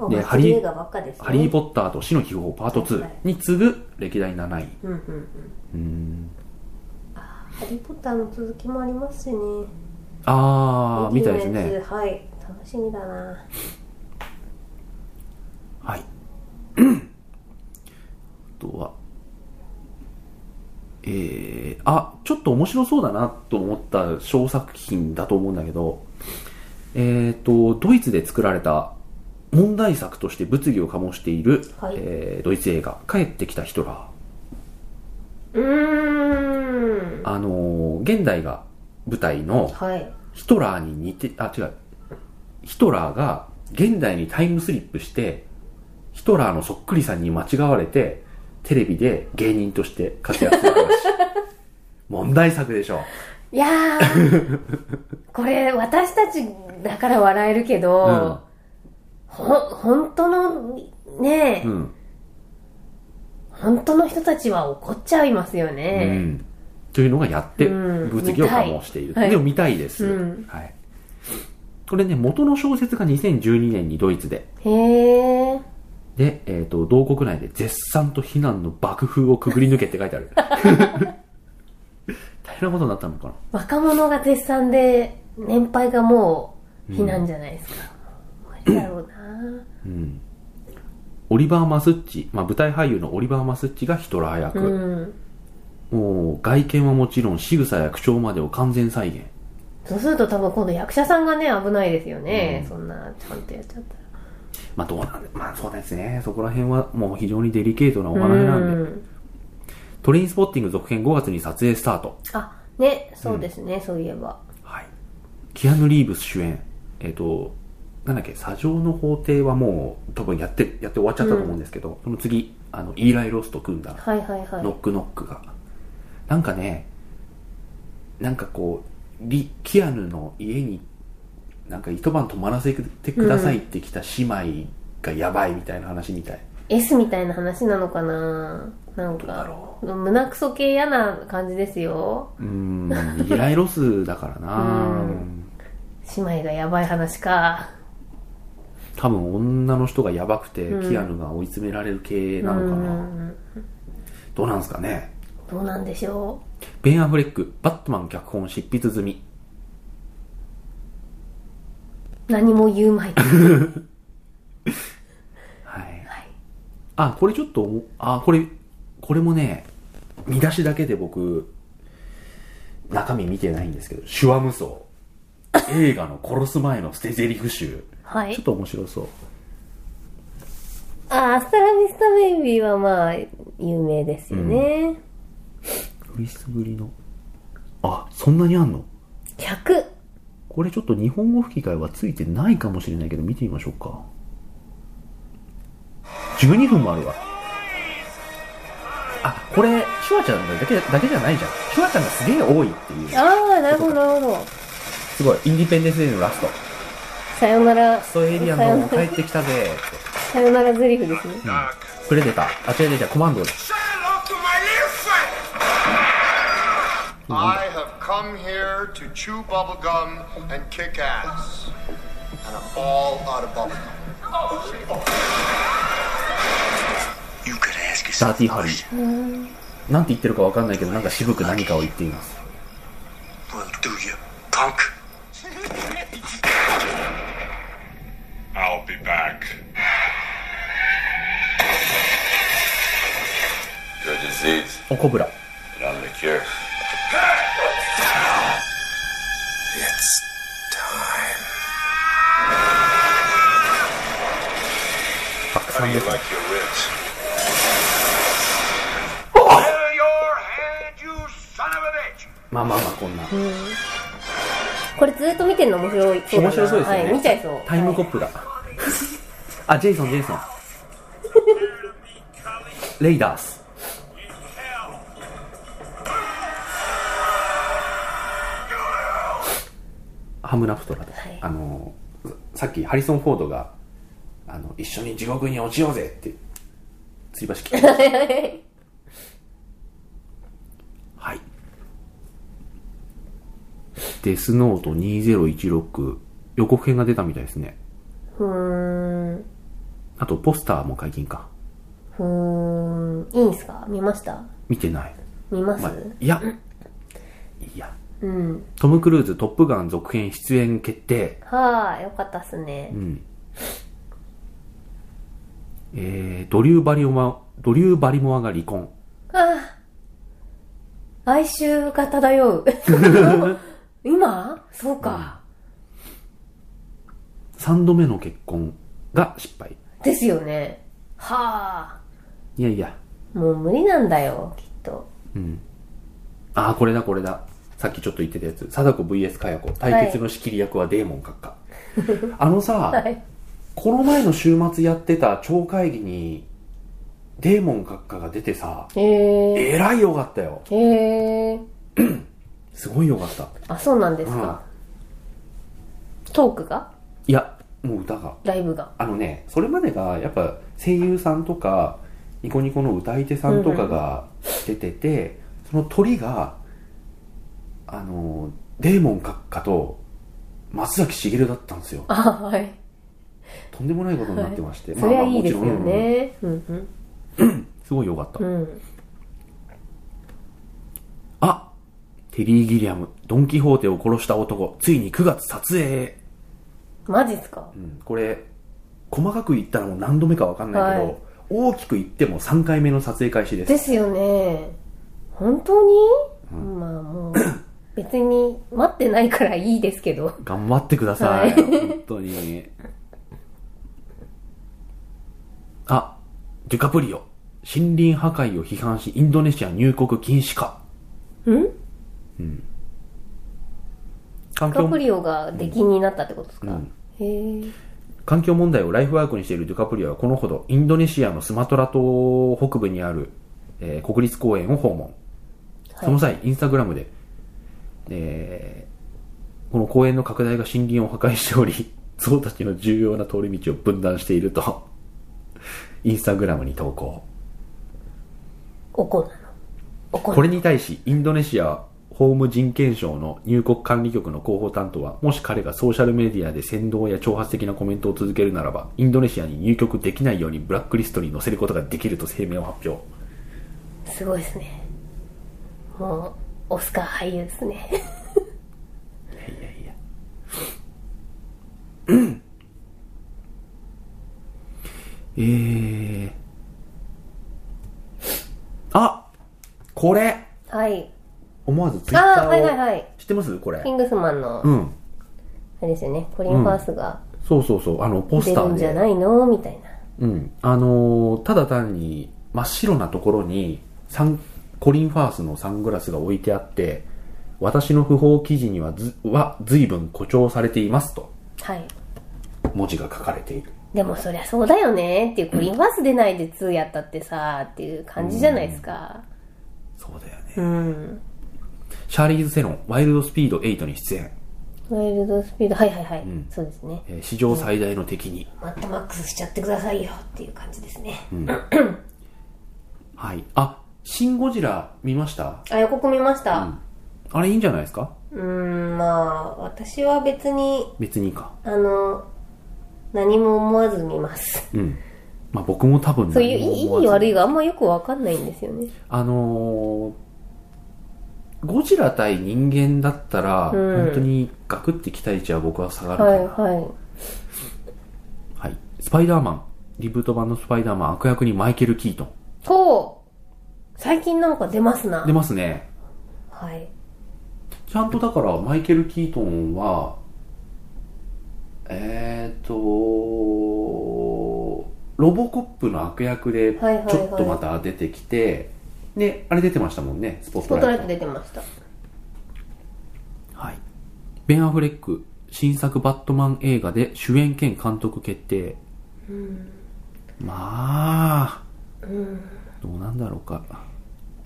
S2: お
S1: ね
S2: 祭
S1: ハリー
S2: り映画ばっかですね。
S1: ハリー・ポッターと死の秘宝パート
S2: はい
S1: 2に次ぐ歴代7位。
S2: うんうんうん。ハリー・ポッターの続きもありますしね。
S1: あー、みたいです
S2: 劇のや
S1: ね。
S2: つ。はい。楽しみだな。
S1: はい。あとは、えー、あ、ちょっと面白そうだなと思った小作品だと思うんだけど、えっ、と、ドイツで作られた問題作として物議を醸している、
S2: はい
S1: えードイツ映画、帰ってきたヒトラー。
S2: うーん。
S1: あのー現代が舞台の、
S2: はい。
S1: ヒトラーに似て、あ、違う。ヒトラーが現代にタイムスリップして、ヒトラーのそっくりさんに間違われて、テレビで芸人として活躍する話。 問題作でしょ。
S2: いやー。 これ、私たちだから笑えるけど、ほ、本当の、ねえ、
S1: うん。うん。
S2: 本当の人たちは怒っちゃいますよ
S1: う
S2: ね。
S1: ん。というのがやって、
S2: うん
S1: 物議を醸している。
S2: 見たいはい
S1: でも見たいです、
S2: うん
S1: はい。これね、元の小説が2012年にドイツで、
S2: へー。
S1: で、えっ、と、同国内で絶賛と非難の爆風をくぐり抜けって書いてあ る。大変なことになったのかな
S2: 若者が絶賛で、年配がもう、避難じゃないですか。無理だろうな。
S1: オリバー・マスッチ、まあ、舞台俳優のオリバー・マスッチがヒトラー
S2: う
S1: 役、
S2: ん。
S1: もう外見はもちろん仕草や口調までを完全再現
S2: そうすると多分今度役者さんがね、危ないですよね。そんな、ちゃんとやっちゃったら。
S1: まあどうなんでまあそうですねそこら辺はもう非常にデリケートなお話なんで、
S2: うん
S1: トレインスポッティング続編5月に撮影スタート、
S2: あ、ね、そうですね、そういえば。
S1: はい、キアヌ・リーブス主演えっ、となんだっけ「砂上の法廷」はもう多分やってやって終わっちゃったと思うんですけど、その次あのイーライ・ロスと組んだ
S2: はいはいはい。
S1: ノックノックが。なんかね、なんかこう、リキアヌの家に、なんか一晩泊まらせてくださいって来た姉妹がやばいみたいな話みたい。
S2: S みたいな話なのかななんか、胸クソ系嫌な感じですよ。
S1: うーん、依頼ロスだからな
S2: 姉妹がやばい話か。
S1: 多分女の人がやばくて、キアヌが追い詰められる系なのかな、どうなんですかね
S2: どうなんでしょ
S1: ベン・アフレック、バットマン脚本執筆済み。
S2: う。何も言う まい。
S1: はい。あ、これちょっと思、あ、これ、これもね、見出しだけで僕、中身見てないんですけど、手話無双。映画の殺す前の捨て台詞集。
S2: はい
S1: ちょっと面白そう。
S2: あ、アスタラビスタベイビーはまあ、有名ですよね。
S1: 取りすぐりの。あ、そんなにあんの
S2: 100。
S1: これちょっと日本語吹き替えはついてないかもしれないけど、見てみましょうか。12分もあるわ。あ、これ、シュワちゃんだけだけじゃないじゃん。シュワちゃんがすげえ多いっていう。
S2: ああ、なるほど、なるほど。
S1: すごい、インディペンデンスデーのラスト。
S2: さよなら。
S1: そうエイリアン
S2: さよな
S1: の
S2: ら
S1: 帰ってきたぜ。
S2: さよならゼリフですね。
S1: プレデター。あ、違う違う違う、コマンドだ。
S10: I have come here to chew bubblegum and kick ass.
S6: and I'm all out of bubble gum. You could ask
S1: ダ
S6: yourself.
S1: ーティーハリー。なんて言ってるかわかんないけど、なんか渋く何かを言っています。
S6: Well, do you, punk?
S10: I'll be back.
S9: Your disease,
S1: お、コブラ。
S9: and I'm the cure.
S6: It's time.
S1: 爆散ですね。
S10: your ribs?
S6: Clear your head, you son of a bitch!
S1: まあまあまあ、こんな。
S2: これずっと見てるの面白いそうだ
S1: 面
S2: な
S1: 白そうですよね。
S2: はい、見ちゃいそう
S1: タイムコップだ。あ、ジェイソン、ジェイソン。レイダース。ハムナプトラで、
S2: い
S1: あのさっきハリソン・フォードがあの「一緒に地獄に落ちようぜ」って吊り橋切ってましたはいデスノート2016予告編が出たみたいですね
S2: ふーん
S1: あとポスターも解禁か
S2: ふーんいいんすか見ました
S1: 見てない、
S2: 見ます、
S1: まあ、いやいや、トム・クルーズ「トップガン」続編出演決定
S2: はあよかったっすね、
S1: えー、ドリュー・バリオマドリュー・バリモアが離婚
S2: 哀愁が漂 う今そうか、
S1: 3度目の結婚が失敗
S2: ですよねはあ
S1: いやいや
S2: もう無理なんだよきっと
S1: ああこれだこれださっきちょっと言ってたやつ貞子 VS 佳代子対決の仕切り役はデーモン閣下、あのさ、
S2: はい
S1: この前の週末やってた町会議にデーモン閣下が出てさ
S2: へえ
S1: えらいよかったよ
S2: ー、へえー、
S1: すごいよかった
S2: あそうなんです
S1: うん
S2: か、トークが
S1: いやもう歌が
S2: ライブが
S1: あのねそれまでがやっぱ声優さんとかニコニコの歌い手さんとかが出てて、その鳥があのデーモン閣下と松崎しげるだったんですよ
S2: あはい
S1: とんでもないことになってまして、
S2: それはいいですよ
S1: もちろんうん
S2: ねうんうん
S1: すごい良かった、
S2: うん
S1: あテリー・ギリアムドン・キホーテを殺した男ついに9月撮影へ、
S2: マジっすか
S1: うんこれ細かく言ったらもう何度目か分かんないけど、
S2: はい
S1: 大きく言っても3回目の撮影開始です
S2: ですよね本当に、まあもう 別に待ってないからいいですけど
S1: 頑張ってください、
S2: はい
S1: 本当にあデュカプリオ森林破壊を批判しインドネシア入国禁止か
S2: ん
S1: 環
S2: カ
S1: 境
S2: プリオが出禁になったってことですか、
S1: うん
S2: へえ
S1: 環境問題をライフワークにしているデュカプリオはこのほどインドネシアのスマトラ島北部にある、えー国立公園を訪問、その際インスタグラムで、えーこの公園の拡大が森林を破壊しており象たちの重要な通り道を分断しているとインスタグラムに投稿
S2: おこなのおこな
S1: これに対しインドネシア法務人権省の入国管理局の広報担当はもし彼がソーシャルメディアで扇動や挑発的なコメントを続けるならばインドネシアに入国できないようにブラックリストに載せることができると声明を発表
S2: すごいですねもうオスカー俳優ですね
S1: えー、あこれ
S2: はい
S1: 思わずツイッ
S2: あ
S1: ター
S2: あ
S1: を、
S2: はいはいはい
S1: 知ってますこれ
S2: キングスマンの、
S1: う
S2: あ
S1: ん
S2: れですよねコリン・ファースが
S1: そうそうそうあのポス
S2: 出
S1: タ
S2: る
S1: ー
S2: んじ
S1: で
S2: ゃないのみたいな
S1: うん。あのーただ単に真っ白なところにサン、コリン・ファースのサングラスが置いてあって、私の不法記事にはず、は随分誇張されていますと、
S2: はい
S1: 文字が書かれている。
S2: でもそりゃそうだよねっていうコリン・ファース出ないで2やったってさっていう感じじゃないですか
S1: そうだよね。
S2: うん
S1: シャーリーズ・セロン、ワイルド・スピード8に出演。
S2: ワイルドスピードはいはいはい、
S1: ん
S2: そうですね
S1: えー史上最大の敵に。
S2: マッドマックスしちゃってくださいよっていう感じですね、
S1: はい。あ、シン・ゴジラ見ました
S2: あ予告見ました、
S1: あれいいんじゃないですか
S2: うーんまあ私は別に
S1: 別にいいか。
S2: あの何も思わず見ます。
S1: うん。まあ僕も多分
S2: そういういい
S1: 何も思わ
S2: いい
S1: ず
S2: 悪いがあんまよくわかんないんですよね。
S1: あのーゴジラ対人間だったら、
S2: うん
S1: 本当にガクって期待値は僕は下がるか
S2: は
S1: ら、
S2: いは
S1: はいスパイダーマン、リブート版のスパイダーマン、悪役にマイケル・キートン。
S2: い。ほう最近なんか出ますな
S1: 出。ますね。
S2: はい。
S1: ちゃんとだから、マイケル・キートンは、えーと、ロボコップの悪役で、ち
S2: はいはいはい
S1: ょっとまた出てきて、で、あれ出てましたもんね、スポッ
S2: ス
S1: ト
S2: ポット
S1: ラ
S2: ラ
S1: イ
S2: イ
S1: ト
S2: ト。出てました。
S1: はい。ベン・アフレック、新作バットマン映画で主演兼監督決定。まあ、どうなんだろうか。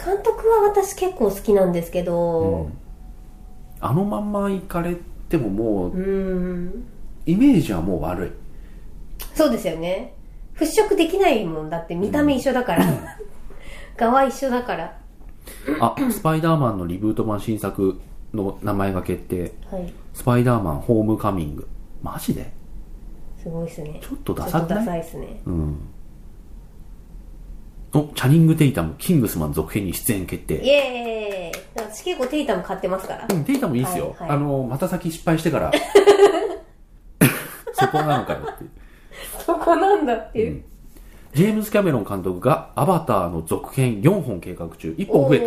S2: 監督は私結構好きなんですけど、
S1: あのまんま行かれてももう、
S2: うーん。
S1: イメージはもう悪い。
S2: そうですよね。払拭できないもんだって見た目一緒だから。側一緒だから。
S1: あ、スパイダーマンのリブート版新作の名前が決定。
S2: はい。
S1: スパイダーマンホームカミング。マジです
S2: ごいですね。
S1: ちょっとダ
S2: ちょ
S1: サ
S2: っと
S1: くな
S2: ダ
S1: い
S2: サいですね。
S1: うん。お、チャニング・テイタム、キングスマン続編に出演決定
S2: イ。エーイ私結構テイタム買ってますから。
S1: うん、テイタもいいっすよ。
S2: はいはい
S1: あの、また先失敗してから、 そこなのかよっていう。
S2: そこなんだっていう。
S1: ジェームズ・キャメロン監督がアバターの続編4本計画中、1本増え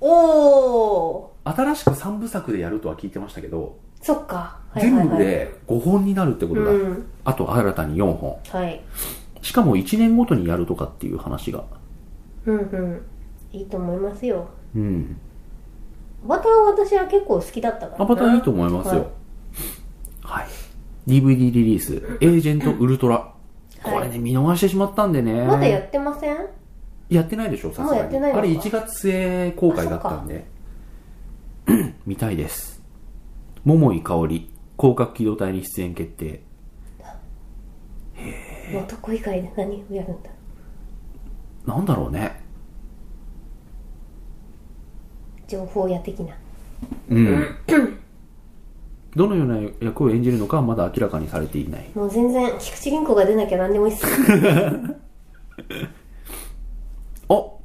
S2: おーお
S1: た。新しく3部作でやるとは聞いてましたけど、
S2: ーそっか。はい
S1: 全
S2: はいは
S1: 部
S2: い。
S1: で5本になるってことだ。
S2: うん
S1: あと新たに4本。
S2: はい。
S1: しかも1年ごとにやるとかっていう話が。
S2: うんうん。いいと思いますよ。
S1: うん。
S2: バターは私は結構好きだったからな。
S1: アバターいいと思いますよ。はい。DVD リリース、エージェント・ウルトラ。
S2: はい
S1: これね、見逃してしまったんでね。
S2: まだやってません
S1: やってないでしょさす
S2: もう
S1: が
S2: やって
S1: に
S2: ないの
S1: あ
S2: か
S1: れ1月末公開だったんで 見たいです桃井かおり広角機動隊に出演決定
S2: 男以外で何をやるんだ
S1: なんだろうね
S2: 情報屋的な。
S1: うんどのような役を演じるのかはまだ明らかにされていない
S2: もう全然、菊池銀行が出なきゃ何でもいいっす。
S1: お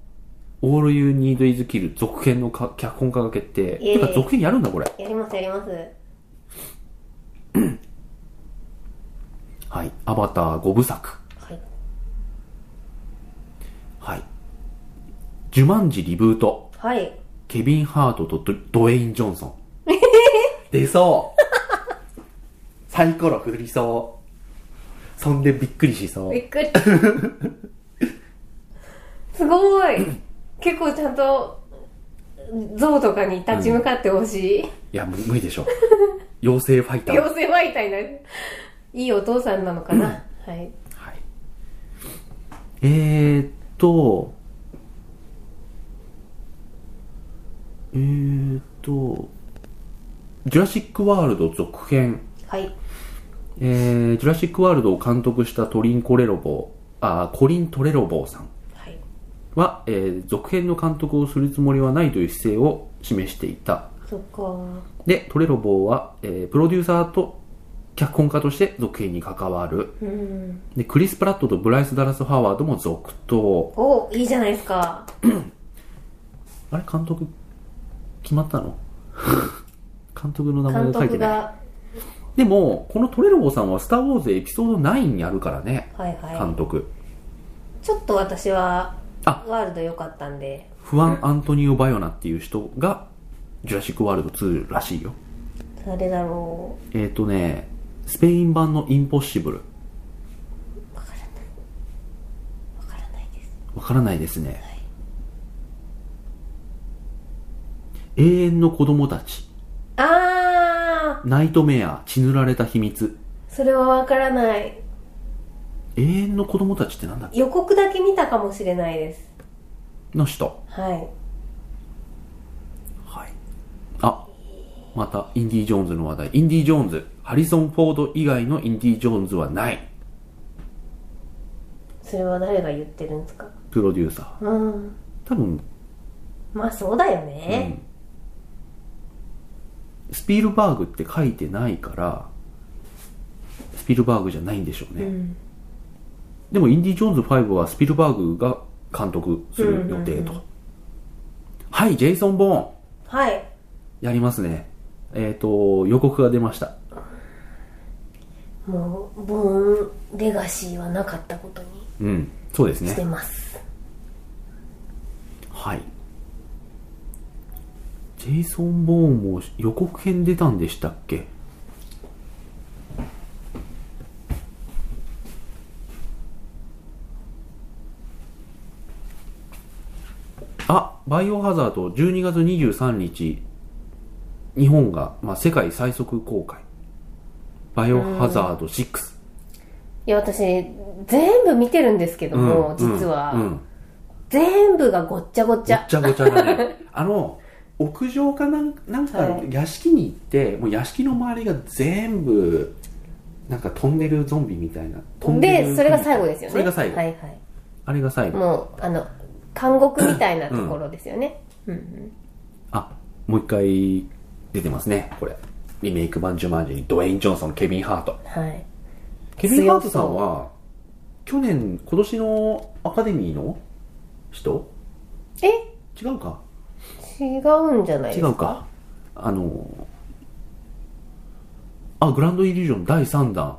S1: All You Need Is Kill 続編のか脚本家が決定
S2: イエーイ
S1: てか続編やるんだこれ
S2: やりますやります。
S1: はいアバター5部作
S2: はい。
S1: はいジュマンジリブート
S2: はい。
S1: ケビン・ハートとドドウェイン・ジョンソン。 出そう。 サイコロ振りそう。そんでびっくりしそう
S2: び。っく り。すごい。結構ちゃんと、像とかに立ち向かってほしい。
S1: いや、もう無理でしょ。妖精ファイター。は
S2: 妖精媒体な、いいお父さんなのかな。はい。
S1: い、えーっと、えーっと、ジュラシック・ワールド続編。
S2: はい。
S1: えー、ジュラシック・ワールドを監督したトリン・コレロボー、あー、コリン・トレロボーさん。
S2: はい。
S1: は、えー続編の監督をするつもりはないという姿勢を示していた。
S2: そっか。
S1: で、トレロボーは、えープロデューサーと脚本家として続編に関わる。
S2: うん。
S1: で、クリス・プラットとブライス・ダラス・ハワードも続投。
S2: お、いいじゃないですか。
S1: あれ、監督、決まったの 監督の名前
S2: 監
S1: が書いて
S2: 督
S1: ない。
S2: が。
S1: でも、このトレロボーさんは、スター・ウォーズエピソード9にあるからね、
S2: はい
S1: 監
S2: は
S1: 督。
S2: い。ちょっと私は、
S1: あ
S2: ワールド良かったんで。
S1: フアン・アントニオ・バヨナっていう人が、ジュラシック・ワールド2らしいよ。
S2: 誰だろう。
S1: えっ、とね、スペイン版のインポッシブル。
S2: わからないです。
S1: わからないですね。永遠の子供たち、
S2: あ
S1: ナイトメア、血塗られた秘密。
S2: ー、それはわからない。
S1: 永遠の子供たちってなんだっ
S2: 予告だけ見たかもしれないです。
S1: けの人。
S2: はい。
S1: はい。あ、また、インディ・ジョーンズの話題。インディ・ジョーンズ。ハリソン・フォード以外のインディ・ジョーンズはない。
S2: それは誰が言ってるんですか
S1: プロデューサー。
S2: うん。
S1: 多分、
S2: まあそうだよね。
S1: スピルバーグって書いてないから、ススピルバーグじゃないんでしょうね、でも「インディ・ジョーンズ5」はスピルバーグが監督する予定と、はいジェイソン・ボーン
S2: はい
S1: やりますねえっ、と予告が出ました
S2: もうボーンレガシーはなかったことに
S1: うんそうです
S2: して
S1: ね
S2: ます、
S1: はいジェイソン・ボーンも予告編出たんでしたっけあバイオハザード12月23日日本が、まあ、世界最速公開バイオハザード6
S2: いや私全部見てるんですけども、
S1: ん
S2: 実は、
S1: うんうん
S2: 全部がごっちゃごっち
S1: ごっ
S2: ゃ
S1: ちゃごちゃだね あの屋上かなんなんか
S2: はい
S1: 屋敷に行って、もう屋敷の周りが全部なんかトンネルゾンビみたいなトンネル
S2: でそれが最後ですよね
S1: それが最後、
S2: はいはい
S1: あれが最後
S2: もうあの監獄みたいなところですよね、
S1: あもう一回出てますねこれリメイク版ジュマンジにドウェイン・ジョンソンケビン・ハート
S2: はい
S1: ケビン・ハートさんは去年今年のアカデミーの人
S2: え
S1: 違うか
S2: 違うんじゃないで
S1: 違
S2: すか
S1: うかあのあグランドイリュージョン第3弾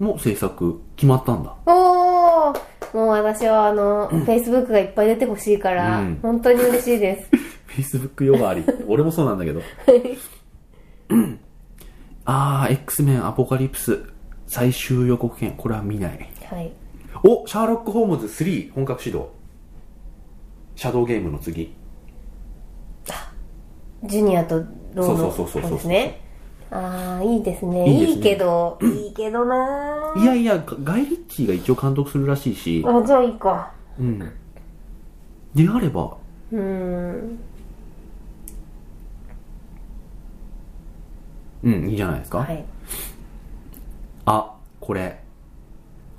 S1: の制作決まったんだ
S2: おーもう私はあの、Facebook がいっぱい出てほしいから、
S1: うん
S2: 本当に嬉しいです。
S1: Facebook 呼ば わり俺もそうなんだけどうんああ X メンアポカリプス最終予告編これは見ない
S2: はい。
S1: おシャーロック・ホームズ3本格始動シャドウゲームの次
S2: ジュニアとローの
S1: そうそうそうそうそう
S2: 方ですね。あー、いいですね。
S1: い
S2: い
S1: い
S2: い
S1: ですね
S2: けど、いいけどない
S1: やいやガイ・リッチーが一応監督するらしいし
S2: ーあ、じゃあいいか。
S1: うんであれば
S2: うーん。
S1: うんいいじゃないですか、
S2: はい。
S1: あ、これ。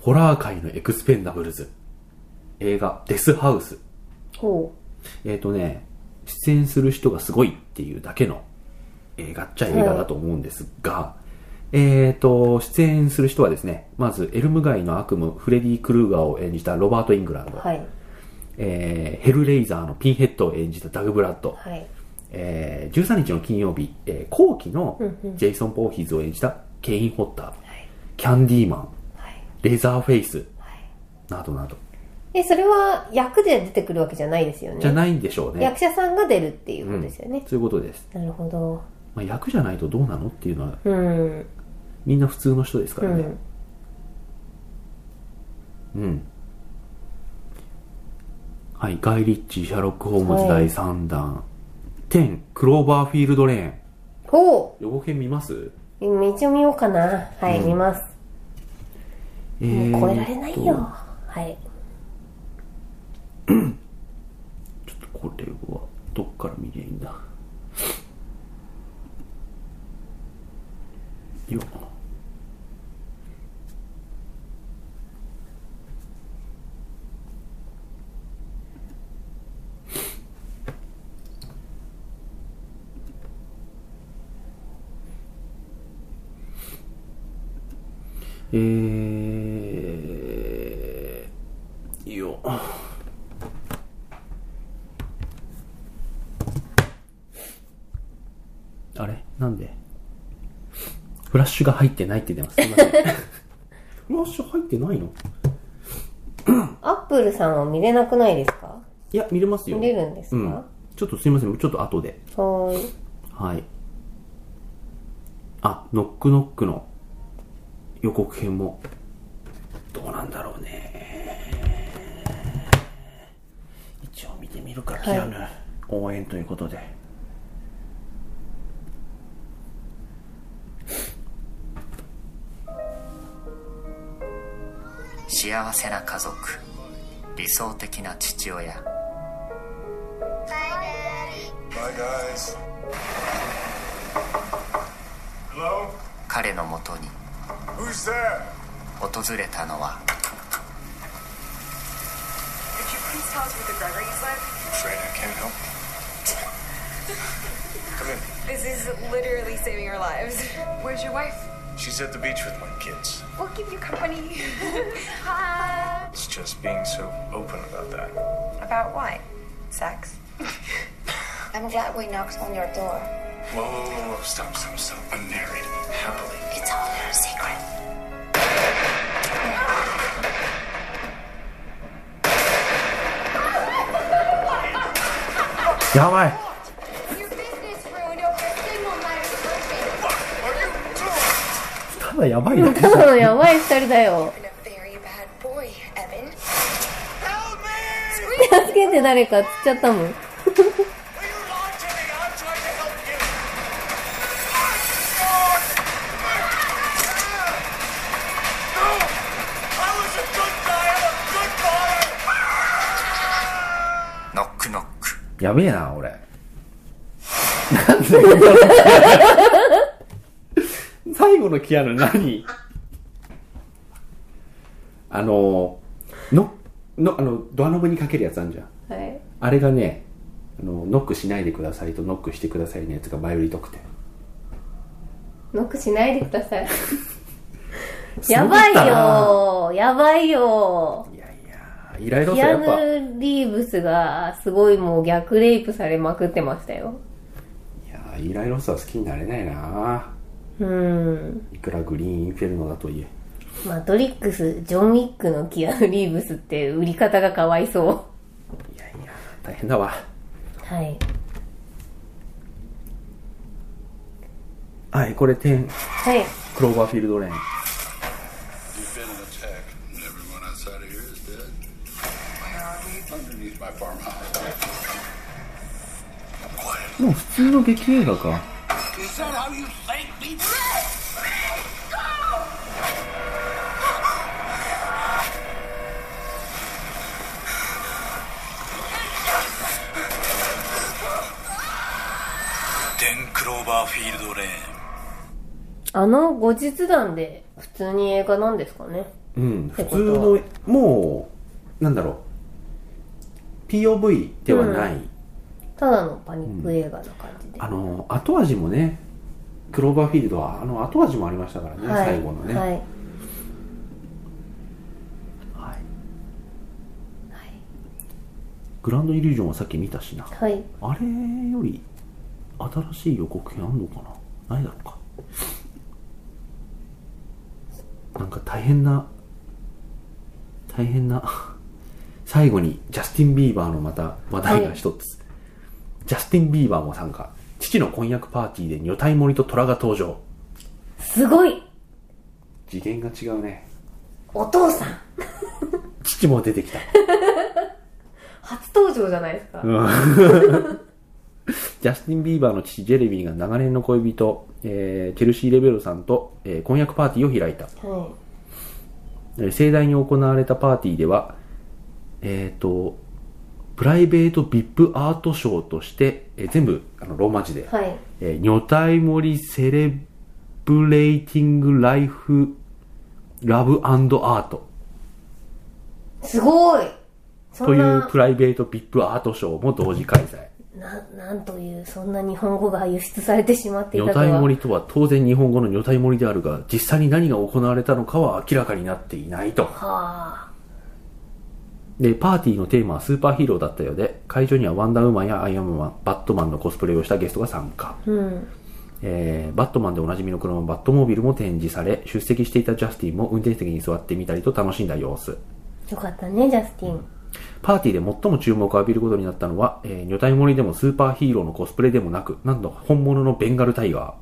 S1: ホラー界のエクスペンダブルズ。映画、デスハウス。
S2: ほ
S1: えっ、とね、出演する人がすごいっていうだけの映画っちゃ映画だと思うんですが、えっ、と、出演する人はですね、まず、エルム街の悪夢、フレディ・クルーガーを演じたロバート・イングラン
S2: う。
S1: ド、
S2: はい。
S1: えーヘルレイザーのピンヘッドを演じたダグ・ブラッド、
S2: はい。
S1: えー13日の金曜日、えー後期の
S2: うんうん
S1: ジェイソン・ポーヒーズを演じたケイン・ホッター、
S2: い
S1: キャンディーマン、
S2: はい。
S1: レザーフェイス、
S2: はい。
S1: などなど。
S2: え、それは役で出てくるわけじゃないですよね。
S1: じゃないんでしょうね
S2: 役。者さんが出るっていうことですよ
S1: そう
S2: ね。
S1: いうことです。
S2: なるほど。
S1: まあ、役じゃないとどうなのっていうのは、
S2: うん。
S1: みんな普通の人ですか
S2: う
S1: らね
S2: ん。。
S1: うん。はい。ガイ・リッチー、シャーロック・ホームズ
S2: は
S1: 第
S2: い
S1: 3弾。10、クローバーフィールド・レーン。
S2: ほ
S1: 予告編見ます
S2: う。うん一応見ようかな。はい、見ます。
S1: えー
S2: もう超えられないよ。
S1: っ
S2: はい。
S1: とこれは、どっから見りゃいいんだ。よっえー、よあれなんでフラッシュが入ってないって出ます。すいませ ん。フラッシュ入ってないの
S2: アップルさんは見れなくないですか
S1: いや、見れますよ。
S2: 見れるんですか、
S1: うん。ちょっとすいません。ちょっと後で。
S2: はーい。
S1: はい。あ、ノックノックの予告編も、どうなんだろうね。一応見てみるか、キアヌ。応援ということで。
S5: 幸せな家族理想的な父親
S4: Bye, guys. Hello?
S5: 彼のもとに
S4: Who's there?
S5: 訪れたのは
S8: Could you please tell us where the Gregory's live?
S4: Afraid I can't help.
S8: This is literally saving our lives. Where's your wife?
S11: She's at the beach with my kids.
S8: We'll keep you company. Hi.
S11: It's just being so open about that.
S8: About what? Sex. I'm glad we knocked on your door.
S11: Whoa, whoa, whoa, whoa, stop, stop, stop. I'm married, happily.
S8: It's all your secret.
S1: やばい
S8: Your business ruined over a single night of drinking.
S1: ただやばいだけじゃん
S2: やばい二人だよ
S8: Been a very bad boy, Evan.
S2: 助けて誰か釣っちゃったもん
S11: ノックノック。
S1: やべえな、俺。なんで 最後のキアヌ何あの、の、の、あの、ドアノブにかけるやつあんじゃん。
S2: はい
S1: あれがね、あの、ノックしないでくださいとノックしてくださいのやつがバイオリン特典。
S2: ノックしないでください
S1: す
S2: や
S1: ごか
S2: ば
S1: っ
S2: い
S1: たな
S2: よやばいよ
S1: いやいや、依頼だと
S2: キ
S1: や
S2: ア
S1: っぱ。い
S2: ヌ・リーブスがすごいもう逆レイプされまくってましたよ
S1: や、依頼ロスは好きになれないな
S2: うん
S1: いくらグリーンインフェルノだといえ。
S2: マトリックスジョン・ウィックのキアヌ・リーブスって売り方がかわいそう
S1: いやいや、大変だわ。
S2: はい
S1: はい、これ点、
S2: はい
S1: クローバーフィールドレーン。
S4: You've been attacked, and everyone outside of here is dead. Where are we? Underneath my farmhouse.
S1: もう普通の劇映画か。
S4: Is that how you thank me?
S11: テンクローバーフィールドレーン。
S2: あの後日談で普通に映画なんですかね
S1: うん、普通
S2: こと
S1: の、もう、なんだろう。POV ではない。
S2: ただのパニック映画な感じで、
S1: あの、後味もね、クローバーフィールドは、あの、後味もありましたからね、
S2: はい
S1: 最後のね。
S2: はい
S1: はいグランドイリュージョンはさっき見たしな。
S2: はい
S1: あれより、新しい予告編あんのかなないだろうか。なんか大変な、大変な、最後にジャスティン・ビーバーのまた話題が一つ。ジャスティン・ビーバーも参加。父の婚約パーティーで女体森と虎が登場。
S2: すごい
S1: 次元が違うね。
S2: お父さん
S1: 父も出てきた。
S2: 初登場じゃないですか、
S1: ジャスティン・ビーバーの父ジェレミーが長年の恋人、えーチェルシー・レベロさんと、えー婚約パーティーを開いた。
S2: はい
S1: えー盛大に行われたパーティーでは、えっ、と、プライベート VIP アートショーとして、えー全部あのローマ字で、
S2: はい
S1: えー女体森セレブレイティング・ライフ・ラブアート
S2: すごいそ
S1: と
S2: ん
S1: いう
S2: な
S1: プライベート VIP アートショーも同時開催。
S2: ななんというそんな日本語が輸出されてしまってい
S1: 女
S2: たとは
S1: 体森とは当然日本語の女体森であるが、実際に何が行われたのかは明らかになっていないと。
S2: はあ
S1: で、パーティーのテーマはスーパーヒーローだったようで、会場にはワンダーウーマンやアイアンマン、バットマンのコスプレをしたゲストが参加。
S2: うん
S1: えーバットマンでおなじみの車バットモービルも展示され、出席していたジャスティンも運転席に座ってみたりと楽しんだ様子。
S2: よかったねジャスティン
S1: パーティーで最も注目を浴びることになったのは、えー女体森でもスーパーヒーローのコスプレでもなく、なんと本物のベンガルタイガ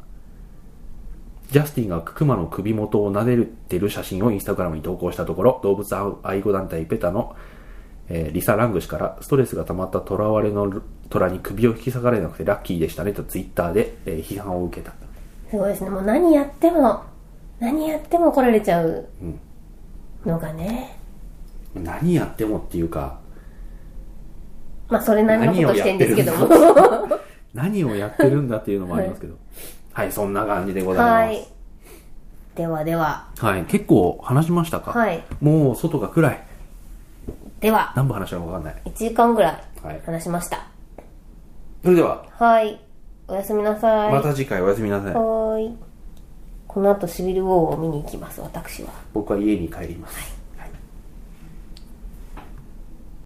S1: ー。ジャスティンがクマの首元を撫でてる写真をインスタグラムに投稿したところ、動物愛護団体ペタの、えーリサ・ラング氏から、ストレスが溜まった囚われの虎に首を引き裂かれなくてラッキーでしたねとツイッターで、えー批判を受けた。
S2: すごいですねもう何やっても何やっても来られちゃうのがね、
S1: 何やってもっていうか、
S2: まあそれなりのことしてんですけども
S1: 何をやってるんだ何をやってるんだっていうのもありますけど。はい、そんな感じでございます。
S2: はいではでは
S1: はい、結構話しましたか、
S2: はい
S1: もう外が暗い。
S2: では
S1: 何分話したか分かんない。
S2: 1時間ぐら
S1: はい
S2: い話しました
S1: それでは、
S2: はいおやすみなさい
S1: また次回おやすみなさい。
S2: はーい。この後シビルウォーを見に行きます私は
S1: 僕は家に帰ります、